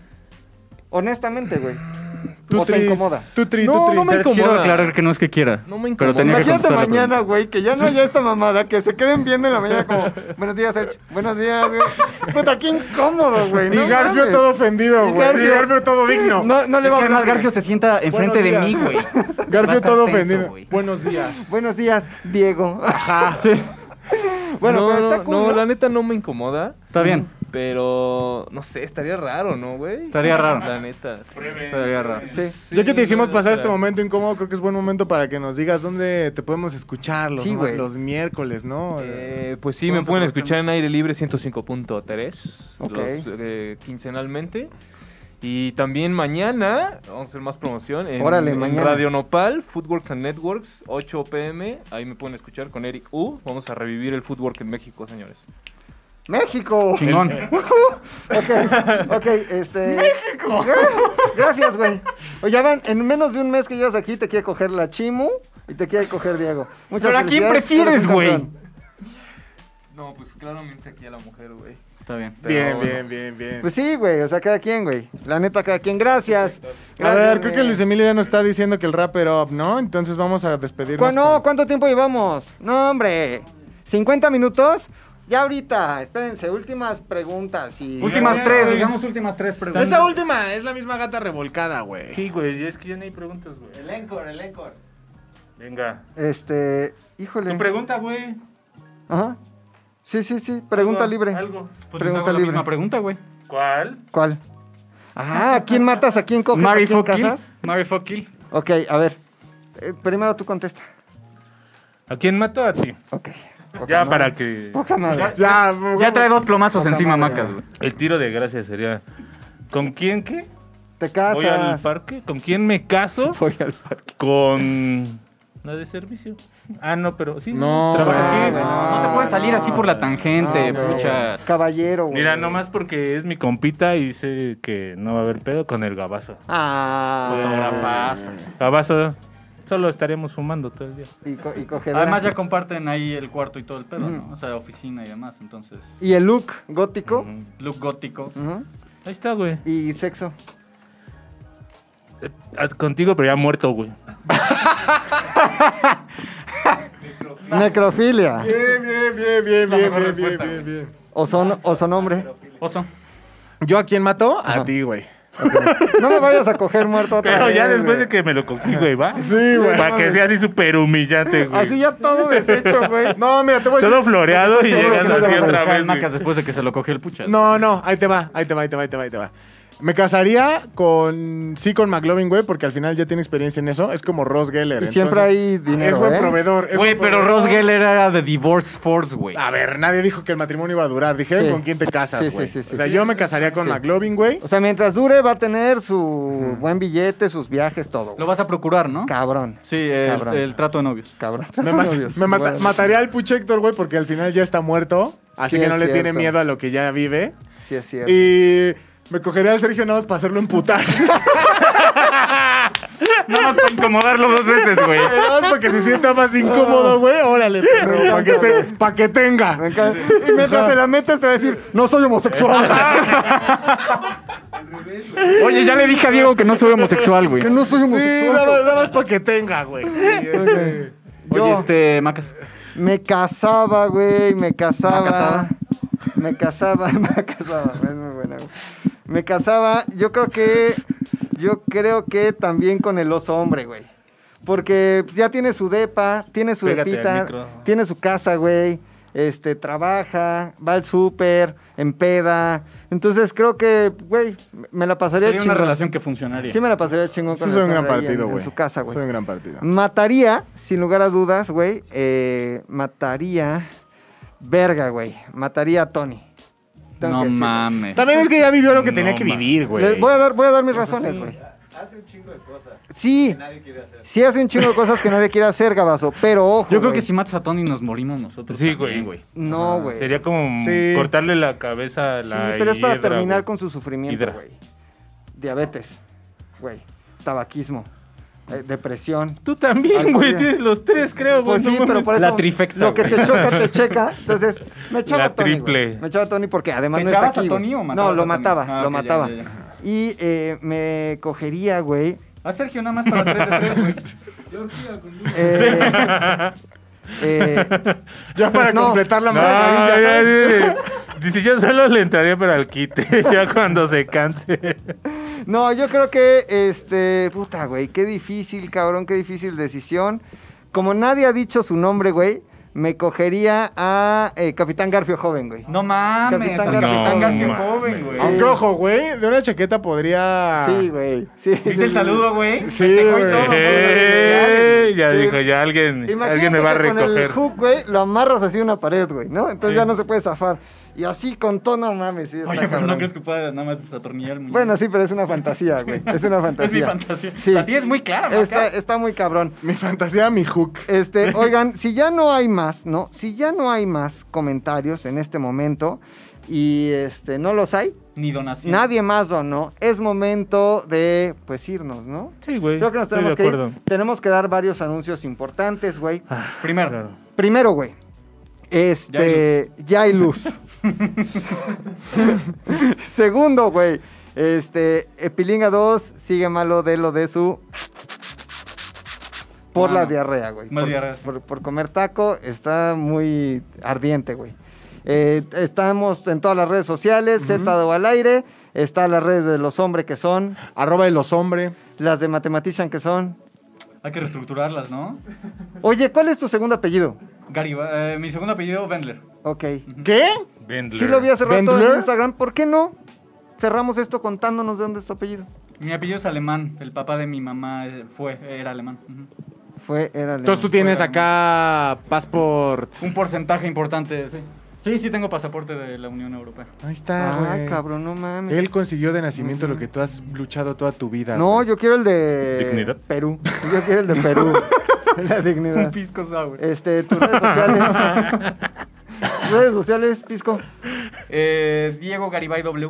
[SPEAKER 3] Honestamente, güey.
[SPEAKER 4] Tú
[SPEAKER 3] ¿O te
[SPEAKER 4] tri-
[SPEAKER 3] incomoda?
[SPEAKER 4] Tú tri,
[SPEAKER 7] No,
[SPEAKER 4] tú tri.
[SPEAKER 7] no me-
[SPEAKER 2] Serge, Quiero
[SPEAKER 7] incomoda.
[SPEAKER 2] aclarar que no es que quiera.
[SPEAKER 7] No me
[SPEAKER 2] Pero tenía
[SPEAKER 7] incomoda.
[SPEAKER 2] que
[SPEAKER 3] Imagínate
[SPEAKER 2] contestar la
[SPEAKER 3] mañana, güey, que ya no haya esta mamada, que se queden viendo en la mañana como, buenos días, Sergio, buenos días, güey. Puta, qué incómodo, güey.
[SPEAKER 4] Y
[SPEAKER 3] no
[SPEAKER 4] Garfio
[SPEAKER 3] mames.
[SPEAKER 4] todo ofendido,
[SPEAKER 3] Y
[SPEAKER 4] güey. Y
[SPEAKER 3] Garfio-
[SPEAKER 4] Garfio todo
[SPEAKER 3] [LAUGHS]
[SPEAKER 4] digno.
[SPEAKER 3] No, no le
[SPEAKER 2] Es
[SPEAKER 3] va
[SPEAKER 2] que
[SPEAKER 3] a
[SPEAKER 2] además
[SPEAKER 3] hablar.
[SPEAKER 2] Garfio se sienta enfrente de
[SPEAKER 4] Buenos
[SPEAKER 2] mí,
[SPEAKER 4] días.
[SPEAKER 2] güey. Va a
[SPEAKER 4] Garfio
[SPEAKER 2] estar
[SPEAKER 4] todo
[SPEAKER 2] tenso,
[SPEAKER 4] ofendido.
[SPEAKER 2] güey.
[SPEAKER 4] Buenos días.
[SPEAKER 3] Buenos días, Diego. [LAUGHS]
[SPEAKER 4] Ajá.
[SPEAKER 3] Bueno,
[SPEAKER 7] no,
[SPEAKER 3] pero
[SPEAKER 7] no,
[SPEAKER 3] está cool,
[SPEAKER 7] no,
[SPEAKER 3] ¿no?
[SPEAKER 7] la neta no me incomoda.
[SPEAKER 2] Está bien.
[SPEAKER 7] Pero, no sé, estaría raro, ¿no, güey?
[SPEAKER 2] Estaría raro.
[SPEAKER 7] La neta. sí.
[SPEAKER 2] Estaría raro.
[SPEAKER 3] Sí.
[SPEAKER 4] Ya que te hicimos
[SPEAKER 7] no,
[SPEAKER 4] pasar este
[SPEAKER 7] espera.
[SPEAKER 4] momento incómodo, creo que es buen momento para que nos digas dónde te podemos escuchar los,
[SPEAKER 3] Sí, güey.
[SPEAKER 4] los miércoles, ¿no?
[SPEAKER 7] Eh, pues sí, me
[SPEAKER 4] Vamos a
[SPEAKER 7] pueden
[SPEAKER 4] aprovechar.
[SPEAKER 7] escuchar en aire libre 105.3
[SPEAKER 3] Ok.
[SPEAKER 7] los, eh, quincenalmente. Y también mañana vamos a hacer más promoción en,
[SPEAKER 3] Órale,
[SPEAKER 7] en
[SPEAKER 3] mañana.
[SPEAKER 7] Radio Nopal, Footworks and Networks, 8 pm. Ahí me pueden escuchar con Eric U. Vamos a revivir el footwork en México, señores.
[SPEAKER 3] México.
[SPEAKER 2] Chingón.
[SPEAKER 3] Ok, ok, este. [LAUGHS] ¡México! Gracias, güey. Oye, ya van, en menos de un mes que llevas aquí, te quiere coger la Chimu y te quiere coger Diego. Muchas
[SPEAKER 2] Pero ¿a quién
[SPEAKER 3] felicidades, tú eres
[SPEAKER 2] prefieres,
[SPEAKER 3] un
[SPEAKER 2] güey?
[SPEAKER 3] campeón.
[SPEAKER 7] No, pues claramente aquí a la mujer, güey.
[SPEAKER 2] Está bien.
[SPEAKER 4] bien,
[SPEAKER 7] pero
[SPEAKER 4] bien, bien, bien.
[SPEAKER 3] Pues sí, güey, o sea, cada quien, güey. La neta, cada quien. Gracias.
[SPEAKER 4] a
[SPEAKER 3] Gracias,
[SPEAKER 4] ver, creo que
[SPEAKER 3] güey.
[SPEAKER 4] Luis Emilio ya nos está diciendo que el rapper up, ¿no? Entonces vamos a despedirnos.
[SPEAKER 3] ¿Cu- no,
[SPEAKER 4] con-
[SPEAKER 3] ¿cuánto tiempo llevamos? No, hombre. ¿50 minutos? Ya ahorita, espérense, últimas preguntas y.
[SPEAKER 2] Últimas
[SPEAKER 5] Ya,
[SPEAKER 2] tres,
[SPEAKER 5] güey.
[SPEAKER 2] digamos últimas tres preguntas.
[SPEAKER 4] Esa última es la misma gata revolcada, güey.
[SPEAKER 5] Sí, güey, es que ya no hay preguntas, güey. El Encore, el Encore. Venga.
[SPEAKER 3] Este, híjole.
[SPEAKER 5] Tu pregunta, güey.
[SPEAKER 3] Ajá. Sí, sí, sí, pregunta
[SPEAKER 5] Algo,
[SPEAKER 3] libre.
[SPEAKER 5] Algo.
[SPEAKER 2] Pues les hago
[SPEAKER 3] pregunta
[SPEAKER 2] la
[SPEAKER 3] libre.
[SPEAKER 2] misma pregunta, güey.
[SPEAKER 5] ¿Cuál?
[SPEAKER 3] ¿Cuál? Ah, ¿a quién matas? ¿A quién coges? ¿A
[SPEAKER 2] Mary
[SPEAKER 3] quién
[SPEAKER 2] fuck kill.
[SPEAKER 3] casas?
[SPEAKER 2] Mary fuck kill.
[SPEAKER 3] Ok, a ver. Eh, primero tú contesta.
[SPEAKER 5] ¿A quién mato? A ti.
[SPEAKER 3] Ok.
[SPEAKER 5] ya para que.
[SPEAKER 3] Poca madre.
[SPEAKER 4] Ya,
[SPEAKER 2] Ya trae dos plomazos
[SPEAKER 3] Ah, Poca
[SPEAKER 2] encima,
[SPEAKER 3] madre,
[SPEAKER 2] Macas,
[SPEAKER 3] güey.
[SPEAKER 2] güey.
[SPEAKER 5] El tiro de gracia sería. ¿Con quién qué?
[SPEAKER 3] Te
[SPEAKER 5] Voy al
[SPEAKER 3] casas.
[SPEAKER 5] parque. ¿Con quién
[SPEAKER 3] [LAUGHS]
[SPEAKER 5] me caso? Voy al parque. Con. La de servicio. Ah, no, pero sí.
[SPEAKER 4] No,
[SPEAKER 3] Ah,
[SPEAKER 5] trabaja aquí.
[SPEAKER 3] güey, no.
[SPEAKER 2] No te puedes salir así por la tangente,
[SPEAKER 3] Ah, No, no,
[SPEAKER 2] pucha.
[SPEAKER 3] Caballero, güey.
[SPEAKER 5] Mira, nomás porque es mi compita y sé que no va a haber pedo con el gabazo.
[SPEAKER 3] Ah.
[SPEAKER 5] Gabazo, solo estaremos fumando todo el día.
[SPEAKER 3] Y, co y cogedora.
[SPEAKER 2] Además ya comparten ahí el cuarto y todo el
[SPEAKER 3] Mm.
[SPEAKER 2] pedo, ¿no? O sea, oficina y demás, entonces.
[SPEAKER 3] Y el look gótico.
[SPEAKER 2] Look gótico.
[SPEAKER 3] Ujú.
[SPEAKER 5] Ahí está, güey.
[SPEAKER 3] Y sexo.
[SPEAKER 5] Eh, ah, Contigo, pero ya muerto, güey.
[SPEAKER 3] Necrofilia.
[SPEAKER 4] Bien, bien, bien, bien, bien, bien, bien, bien, bien.
[SPEAKER 3] O son, o son hombre.
[SPEAKER 2] Oso.
[SPEAKER 4] ¿Yo a quién mató? A ti, güey.
[SPEAKER 3] No me vayas a coger muerto otra
[SPEAKER 5] Pero
[SPEAKER 3] vez,
[SPEAKER 5] ya después
[SPEAKER 3] güey.
[SPEAKER 5] de que me lo cogí, güey, ¿va?
[SPEAKER 4] Sí, güey.
[SPEAKER 5] Para que sea así súper humillante, güey.
[SPEAKER 3] Así ya todo deshecho,
[SPEAKER 5] [LAUGHS]
[SPEAKER 3] güey.
[SPEAKER 4] No, mira,
[SPEAKER 3] Pues
[SPEAKER 4] te voy a decir.
[SPEAKER 5] Todo floreado y
[SPEAKER 3] Seguro que
[SPEAKER 5] llegando
[SPEAKER 3] no te
[SPEAKER 5] así
[SPEAKER 3] vas a
[SPEAKER 5] otra
[SPEAKER 2] Acá
[SPEAKER 5] vez,
[SPEAKER 2] el Macas
[SPEAKER 5] güey.
[SPEAKER 2] después de que se lo cogió el pucha.
[SPEAKER 4] No, no, ahí te va, ahí te va, ahí te va, ahí te va, ahí te va. Me casaría con. Sí, con McLovin, güey, porque al final ya tiene experiencia en eso. Es como Ross Geller.
[SPEAKER 3] Y siempre
[SPEAKER 4] entonces,
[SPEAKER 3] hay dinero,
[SPEAKER 4] Es buen
[SPEAKER 3] ¿eh? pues,
[SPEAKER 4] proveedor. es
[SPEAKER 2] Güey,
[SPEAKER 4] buen
[SPEAKER 2] pero
[SPEAKER 4] proveedor.
[SPEAKER 2] Ross Geller era de Divorce Force, güey.
[SPEAKER 4] A ver, nadie dijo que el matrimonio iba a durar. Dijeron
[SPEAKER 3] Sí.
[SPEAKER 4] con quién te
[SPEAKER 3] Sí,
[SPEAKER 4] casas,
[SPEAKER 3] sí,
[SPEAKER 4] güey.
[SPEAKER 3] sí, sí,
[SPEAKER 4] o sea,
[SPEAKER 3] sí.
[SPEAKER 4] yo me casaría con
[SPEAKER 3] Sí.
[SPEAKER 4] McLovin, güey.
[SPEAKER 3] O sea, mientras dure va a tener su buen billete, sus viajes, todo.
[SPEAKER 2] Lo
[SPEAKER 3] güey.
[SPEAKER 2] vas a procurar, ¿no?
[SPEAKER 3] Cabrón.
[SPEAKER 2] Sí, el,
[SPEAKER 3] Cabrón.
[SPEAKER 2] el trato de novios.
[SPEAKER 3] Cabrón. [LAUGHS]
[SPEAKER 4] Me, ma-
[SPEAKER 3] Novios.
[SPEAKER 4] me mata-
[SPEAKER 3] Bueno,
[SPEAKER 4] mataría al Puchector, güey, porque al final ya está muerto. Así
[SPEAKER 3] Sí,
[SPEAKER 4] que
[SPEAKER 3] es
[SPEAKER 4] no le tiene
[SPEAKER 3] cierto.
[SPEAKER 4] miedo a lo que ya vive.
[SPEAKER 3] Sí, es cierto.
[SPEAKER 4] Y me cogería al Sergio Navas para
[SPEAKER 3] [LAUGHS]
[SPEAKER 4] hacerlo emputar. [LAUGHS]
[SPEAKER 2] Nada más para incomodarlo dos veces, güey.
[SPEAKER 4] Nada más para que se sienta más incómodo, güey. Órale, perro. Para que, te- pa' que tenga.
[SPEAKER 3] Me encanta. Y mientras se la metas te va a decir, no soy homosexual.
[SPEAKER 2] Oye, ya le dije a Diego que no soy homosexual, güey.
[SPEAKER 3] que no soy
[SPEAKER 4] Sí, nada más,
[SPEAKER 3] homosexual.
[SPEAKER 4] para que tenga, güey. Y, este,
[SPEAKER 2] Oye, este, Macas.
[SPEAKER 3] Me casaba, güey, me casaba.
[SPEAKER 2] ¿Ah, casaba?
[SPEAKER 3] Me casaba, [LAUGHS] me casaba, es muy buena, güey. Me casaba, yo creo que, yo creo que también con el oso hombre, güey. Porque pues, ya tiene su depa, tiene su
[SPEAKER 5] Pégate al
[SPEAKER 3] depita,
[SPEAKER 5] micro.
[SPEAKER 3] tiene su casa, güey. Este, trabaja, va al súper, empeda. Entonces creo que, güey, me la pasaría
[SPEAKER 2] Sería una
[SPEAKER 3] chingón.
[SPEAKER 2] relación que funcionaría.
[SPEAKER 3] Sí me la pasaría chingón con
[SPEAKER 4] Sí,
[SPEAKER 3] el
[SPEAKER 4] soy
[SPEAKER 3] oso
[SPEAKER 4] un gran
[SPEAKER 3] hombre ahí en-
[SPEAKER 4] partido,
[SPEAKER 3] en
[SPEAKER 4] güey.
[SPEAKER 3] su casa, güey.
[SPEAKER 4] Soy un gran partido.
[SPEAKER 3] Mataría, sin lugar a dudas, güey. eh, mataría. Verga, güey. Mataría a Tony. Tengo
[SPEAKER 2] no
[SPEAKER 3] que decirlo.
[SPEAKER 2] mames.
[SPEAKER 4] También es que ya vivió lo que
[SPEAKER 2] No,
[SPEAKER 4] tenía que
[SPEAKER 2] ma.
[SPEAKER 4] vivir, güey.
[SPEAKER 3] Les voy a dar, voy a dar mis razones, güey. Sí, sí hace un chingo de cosas que nadie quiere hacer, Gabazo, pero ojo.
[SPEAKER 2] Yo creo
[SPEAKER 3] güey.
[SPEAKER 2] que si matas a Tony nos morimos nosotros.
[SPEAKER 5] Sí,
[SPEAKER 2] también,
[SPEAKER 5] güey.
[SPEAKER 3] No, güey.
[SPEAKER 5] Sería como
[SPEAKER 4] Sí.
[SPEAKER 5] cortarle la cabeza a
[SPEAKER 3] Pues, Sí,
[SPEAKER 5] la
[SPEAKER 3] pero es para
[SPEAKER 5] hiedra,
[SPEAKER 3] terminar
[SPEAKER 5] güey.
[SPEAKER 3] con su sufrimiento,
[SPEAKER 5] Hidra.
[SPEAKER 3] güey. Diabetes, güey. Tabaquismo, eh, depresión.
[SPEAKER 5] Tú
[SPEAKER 3] Ay,
[SPEAKER 5] también, güey.
[SPEAKER 3] güey.
[SPEAKER 5] Tienes los tres, creo,
[SPEAKER 3] Pues
[SPEAKER 5] güey.
[SPEAKER 3] sí,
[SPEAKER 5] no
[SPEAKER 3] pero
[SPEAKER 5] mames.
[SPEAKER 3] por eso.
[SPEAKER 2] La trifecta,
[SPEAKER 3] Lo que te
[SPEAKER 2] güey.
[SPEAKER 3] choca, te checa. Entonces, me echaba
[SPEAKER 5] La
[SPEAKER 3] a Tony. güey.
[SPEAKER 5] triple.
[SPEAKER 3] Me echaba a Tony porque además
[SPEAKER 2] ¿Te
[SPEAKER 3] no está
[SPEAKER 2] echabas a
[SPEAKER 3] aquí. güey.
[SPEAKER 2] Tony o matabas
[SPEAKER 3] no, lo
[SPEAKER 2] a Tony?
[SPEAKER 3] mataba,
[SPEAKER 2] Ah,
[SPEAKER 3] lo
[SPEAKER 2] ok, ya,
[SPEAKER 3] mataba.
[SPEAKER 2] ya, ya.
[SPEAKER 3] Y eh, me cogería, güey.
[SPEAKER 2] A Sergio nada más para tres de tres, güey.
[SPEAKER 3] eh, eh,
[SPEAKER 4] Ya
[SPEAKER 3] [LAUGHS]
[SPEAKER 4] para
[SPEAKER 3] No.
[SPEAKER 4] completar la
[SPEAKER 5] No,
[SPEAKER 4] maravilla.
[SPEAKER 5] ya, ya, ya. Dice, yo solo le entraría para el quite, [LAUGHS] ya cuando se canse. [LAUGHS]
[SPEAKER 3] no, yo creo que, este, puta, güey, qué difícil, cabrón, qué difícil decisión. Como nadie ha dicho su nombre, güey, me cogería a eh, Capitán Garfio joven, güey.
[SPEAKER 2] No mames.
[SPEAKER 3] Capitán
[SPEAKER 2] al
[SPEAKER 3] Garfio.
[SPEAKER 2] Capitán
[SPEAKER 5] No
[SPEAKER 2] Garfio
[SPEAKER 5] mames.
[SPEAKER 2] joven, güey.
[SPEAKER 4] Aunque ojo, güey, de una chaqueta podría.
[SPEAKER 3] Sí, güey. Sí, sí,
[SPEAKER 2] ¿Viste el
[SPEAKER 3] sí.
[SPEAKER 2] saludo, güey?
[SPEAKER 4] Sí,
[SPEAKER 2] Festejó y
[SPEAKER 4] güey.
[SPEAKER 2] todo,
[SPEAKER 5] Eh, ya
[SPEAKER 3] Sí.
[SPEAKER 5] dijo, ya alguien,
[SPEAKER 3] Imagínate
[SPEAKER 5] alguien me va a
[SPEAKER 3] que Con el
[SPEAKER 5] recoger.
[SPEAKER 3] hook, güey, lo amarras así a una pared, güey, ¿no? Entonces
[SPEAKER 5] Sí.
[SPEAKER 3] ya no se puede zafar. Y así con tono, mames. sí, está
[SPEAKER 2] Oye, pero
[SPEAKER 3] cabrón.
[SPEAKER 2] no crees que pueda nada más desatornillar el muñeco?
[SPEAKER 3] Bueno, sí, pero es una fantasía, güey. Es
[SPEAKER 2] [LAUGHS]
[SPEAKER 3] una
[SPEAKER 2] Es mi
[SPEAKER 3] fantasía.
[SPEAKER 2] fantasía.
[SPEAKER 3] Sí. Este,
[SPEAKER 2] La tienes muy clara, Maca.
[SPEAKER 3] Está, está muy cabrón.
[SPEAKER 4] Mi fantasía, mi hook.
[SPEAKER 2] [LAUGHS]
[SPEAKER 3] Este, oigan, si ya no hay más, ¿no? Si ya no hay más comentarios en este momento y este no los hay,
[SPEAKER 2] Ni donación.
[SPEAKER 3] nadie más o no, es momento de pues irnos, ¿no?
[SPEAKER 5] Sí, güey.
[SPEAKER 3] Creo que nos
[SPEAKER 5] estoy de
[SPEAKER 3] tenemos que,
[SPEAKER 5] acuerdo.
[SPEAKER 3] ir. tenemos que dar varios anuncios importantes, güey.
[SPEAKER 2] Primero.
[SPEAKER 3] Primero, güey. Este, ya hay luz. [LAUGHS] Segundo, güey. Este, Epilinga 2 sigue malo de lo de su. Por
[SPEAKER 2] Ah,
[SPEAKER 3] la
[SPEAKER 2] no.
[SPEAKER 3] diarrea, güey.
[SPEAKER 2] Más
[SPEAKER 3] Por-
[SPEAKER 2] diarrea, sí.
[SPEAKER 3] Por, por comer taco está muy ardiente, güey. Eh, estamos en todas las redes sociales, Z de O al aire. Está las redes de los hombres que son,
[SPEAKER 4] Arroba de los hombres.
[SPEAKER 3] las de Mathematician que son.
[SPEAKER 2] Hay que reestructurarlas, ¿no?
[SPEAKER 3] Oye, ¿cuál es tu segundo apellido?
[SPEAKER 2] Gary, eh, mi segundo apellido, Wendler.
[SPEAKER 3] Ok.
[SPEAKER 4] ¿Qué?
[SPEAKER 5] Bendler.
[SPEAKER 3] Sí lo vi hace rato
[SPEAKER 4] Bendler.
[SPEAKER 3] en Instagram. ¿Por qué no cerramos esto contándonos de dónde es tu apellido?
[SPEAKER 2] Mi apellido es alemán. El papá de mi mamá eh, fue, era alemán. Ujú.
[SPEAKER 3] Fue, era
[SPEAKER 4] Entonces tú tienes acá passport.
[SPEAKER 2] Un porcentaje importante, sí. Sí, sí tengo pasaporte de la Unión Europea.
[SPEAKER 4] Ahí está,
[SPEAKER 3] Ah,
[SPEAKER 4] güey.
[SPEAKER 3] cabrón, no mames.
[SPEAKER 4] Él consiguió de nacimiento lo que tú has luchado toda tu vida.
[SPEAKER 3] No,
[SPEAKER 4] güey.
[SPEAKER 3] yo quiero el de
[SPEAKER 5] ¿Dignidad?
[SPEAKER 3] Perú. Yo quiero el de [LAUGHS] Perú. La
[SPEAKER 2] Un
[SPEAKER 3] dignidad.
[SPEAKER 2] pisco sour.
[SPEAKER 3] Este, tus redes sociales. [LAUGHS] redes sociales, Pisco.
[SPEAKER 2] Eh, Diego Garibay W.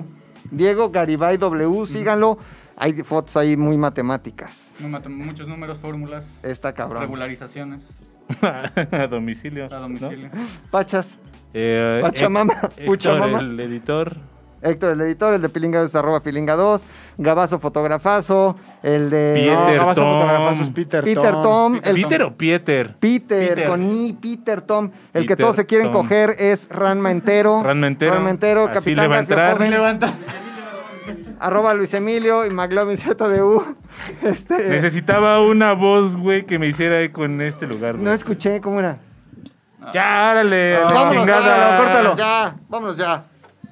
[SPEAKER 3] Diego Garibay W, síganlo. Hay fotos ahí muy matemáticas.
[SPEAKER 2] Muy mate- Muchos números, fórmulas,
[SPEAKER 3] Está cabrón.
[SPEAKER 2] regularizaciones
[SPEAKER 5] [LAUGHS] a domicilio.
[SPEAKER 2] a domicilio.
[SPEAKER 3] Pachas,
[SPEAKER 5] Eh,
[SPEAKER 3] Pachamama,
[SPEAKER 5] Héctor,
[SPEAKER 3] Puchamama.
[SPEAKER 5] el editor.
[SPEAKER 3] Héctor el editor, el de Pilinga es arroba Pilinga 2, Gabazo fotografazo, el de...
[SPEAKER 5] Bien.
[SPEAKER 4] No,
[SPEAKER 5] Peter
[SPEAKER 4] Ah, vas a
[SPEAKER 5] Tom.
[SPEAKER 4] fotografar sus Peter,
[SPEAKER 3] Peter Tom, el
[SPEAKER 5] ¿Peter o Pieter?
[SPEAKER 3] Peter,
[SPEAKER 2] Peter.
[SPEAKER 3] con I, Peter Tom. El que
[SPEAKER 5] Peter
[SPEAKER 3] todos se quieren
[SPEAKER 5] Tom.
[SPEAKER 3] coger es Ranma Entero.
[SPEAKER 5] [LAUGHS] Ranma Entero.
[SPEAKER 3] Ranma Entero,
[SPEAKER 5] Así
[SPEAKER 3] Capitán
[SPEAKER 5] le va
[SPEAKER 3] Garfio
[SPEAKER 5] a entrar.
[SPEAKER 3] Joven,
[SPEAKER 5] Así
[SPEAKER 2] Levanta.
[SPEAKER 3] Arroba Luis Emilio y McLovin ZDU. [LAUGHS] Este,
[SPEAKER 5] Necesitaba una voz, güey, que me hiciera eco en este lugar, güey.
[SPEAKER 3] no escuché, ¿cómo era?
[SPEAKER 5] Ya, órale. a la chingada.
[SPEAKER 3] Ya, vámonos ya.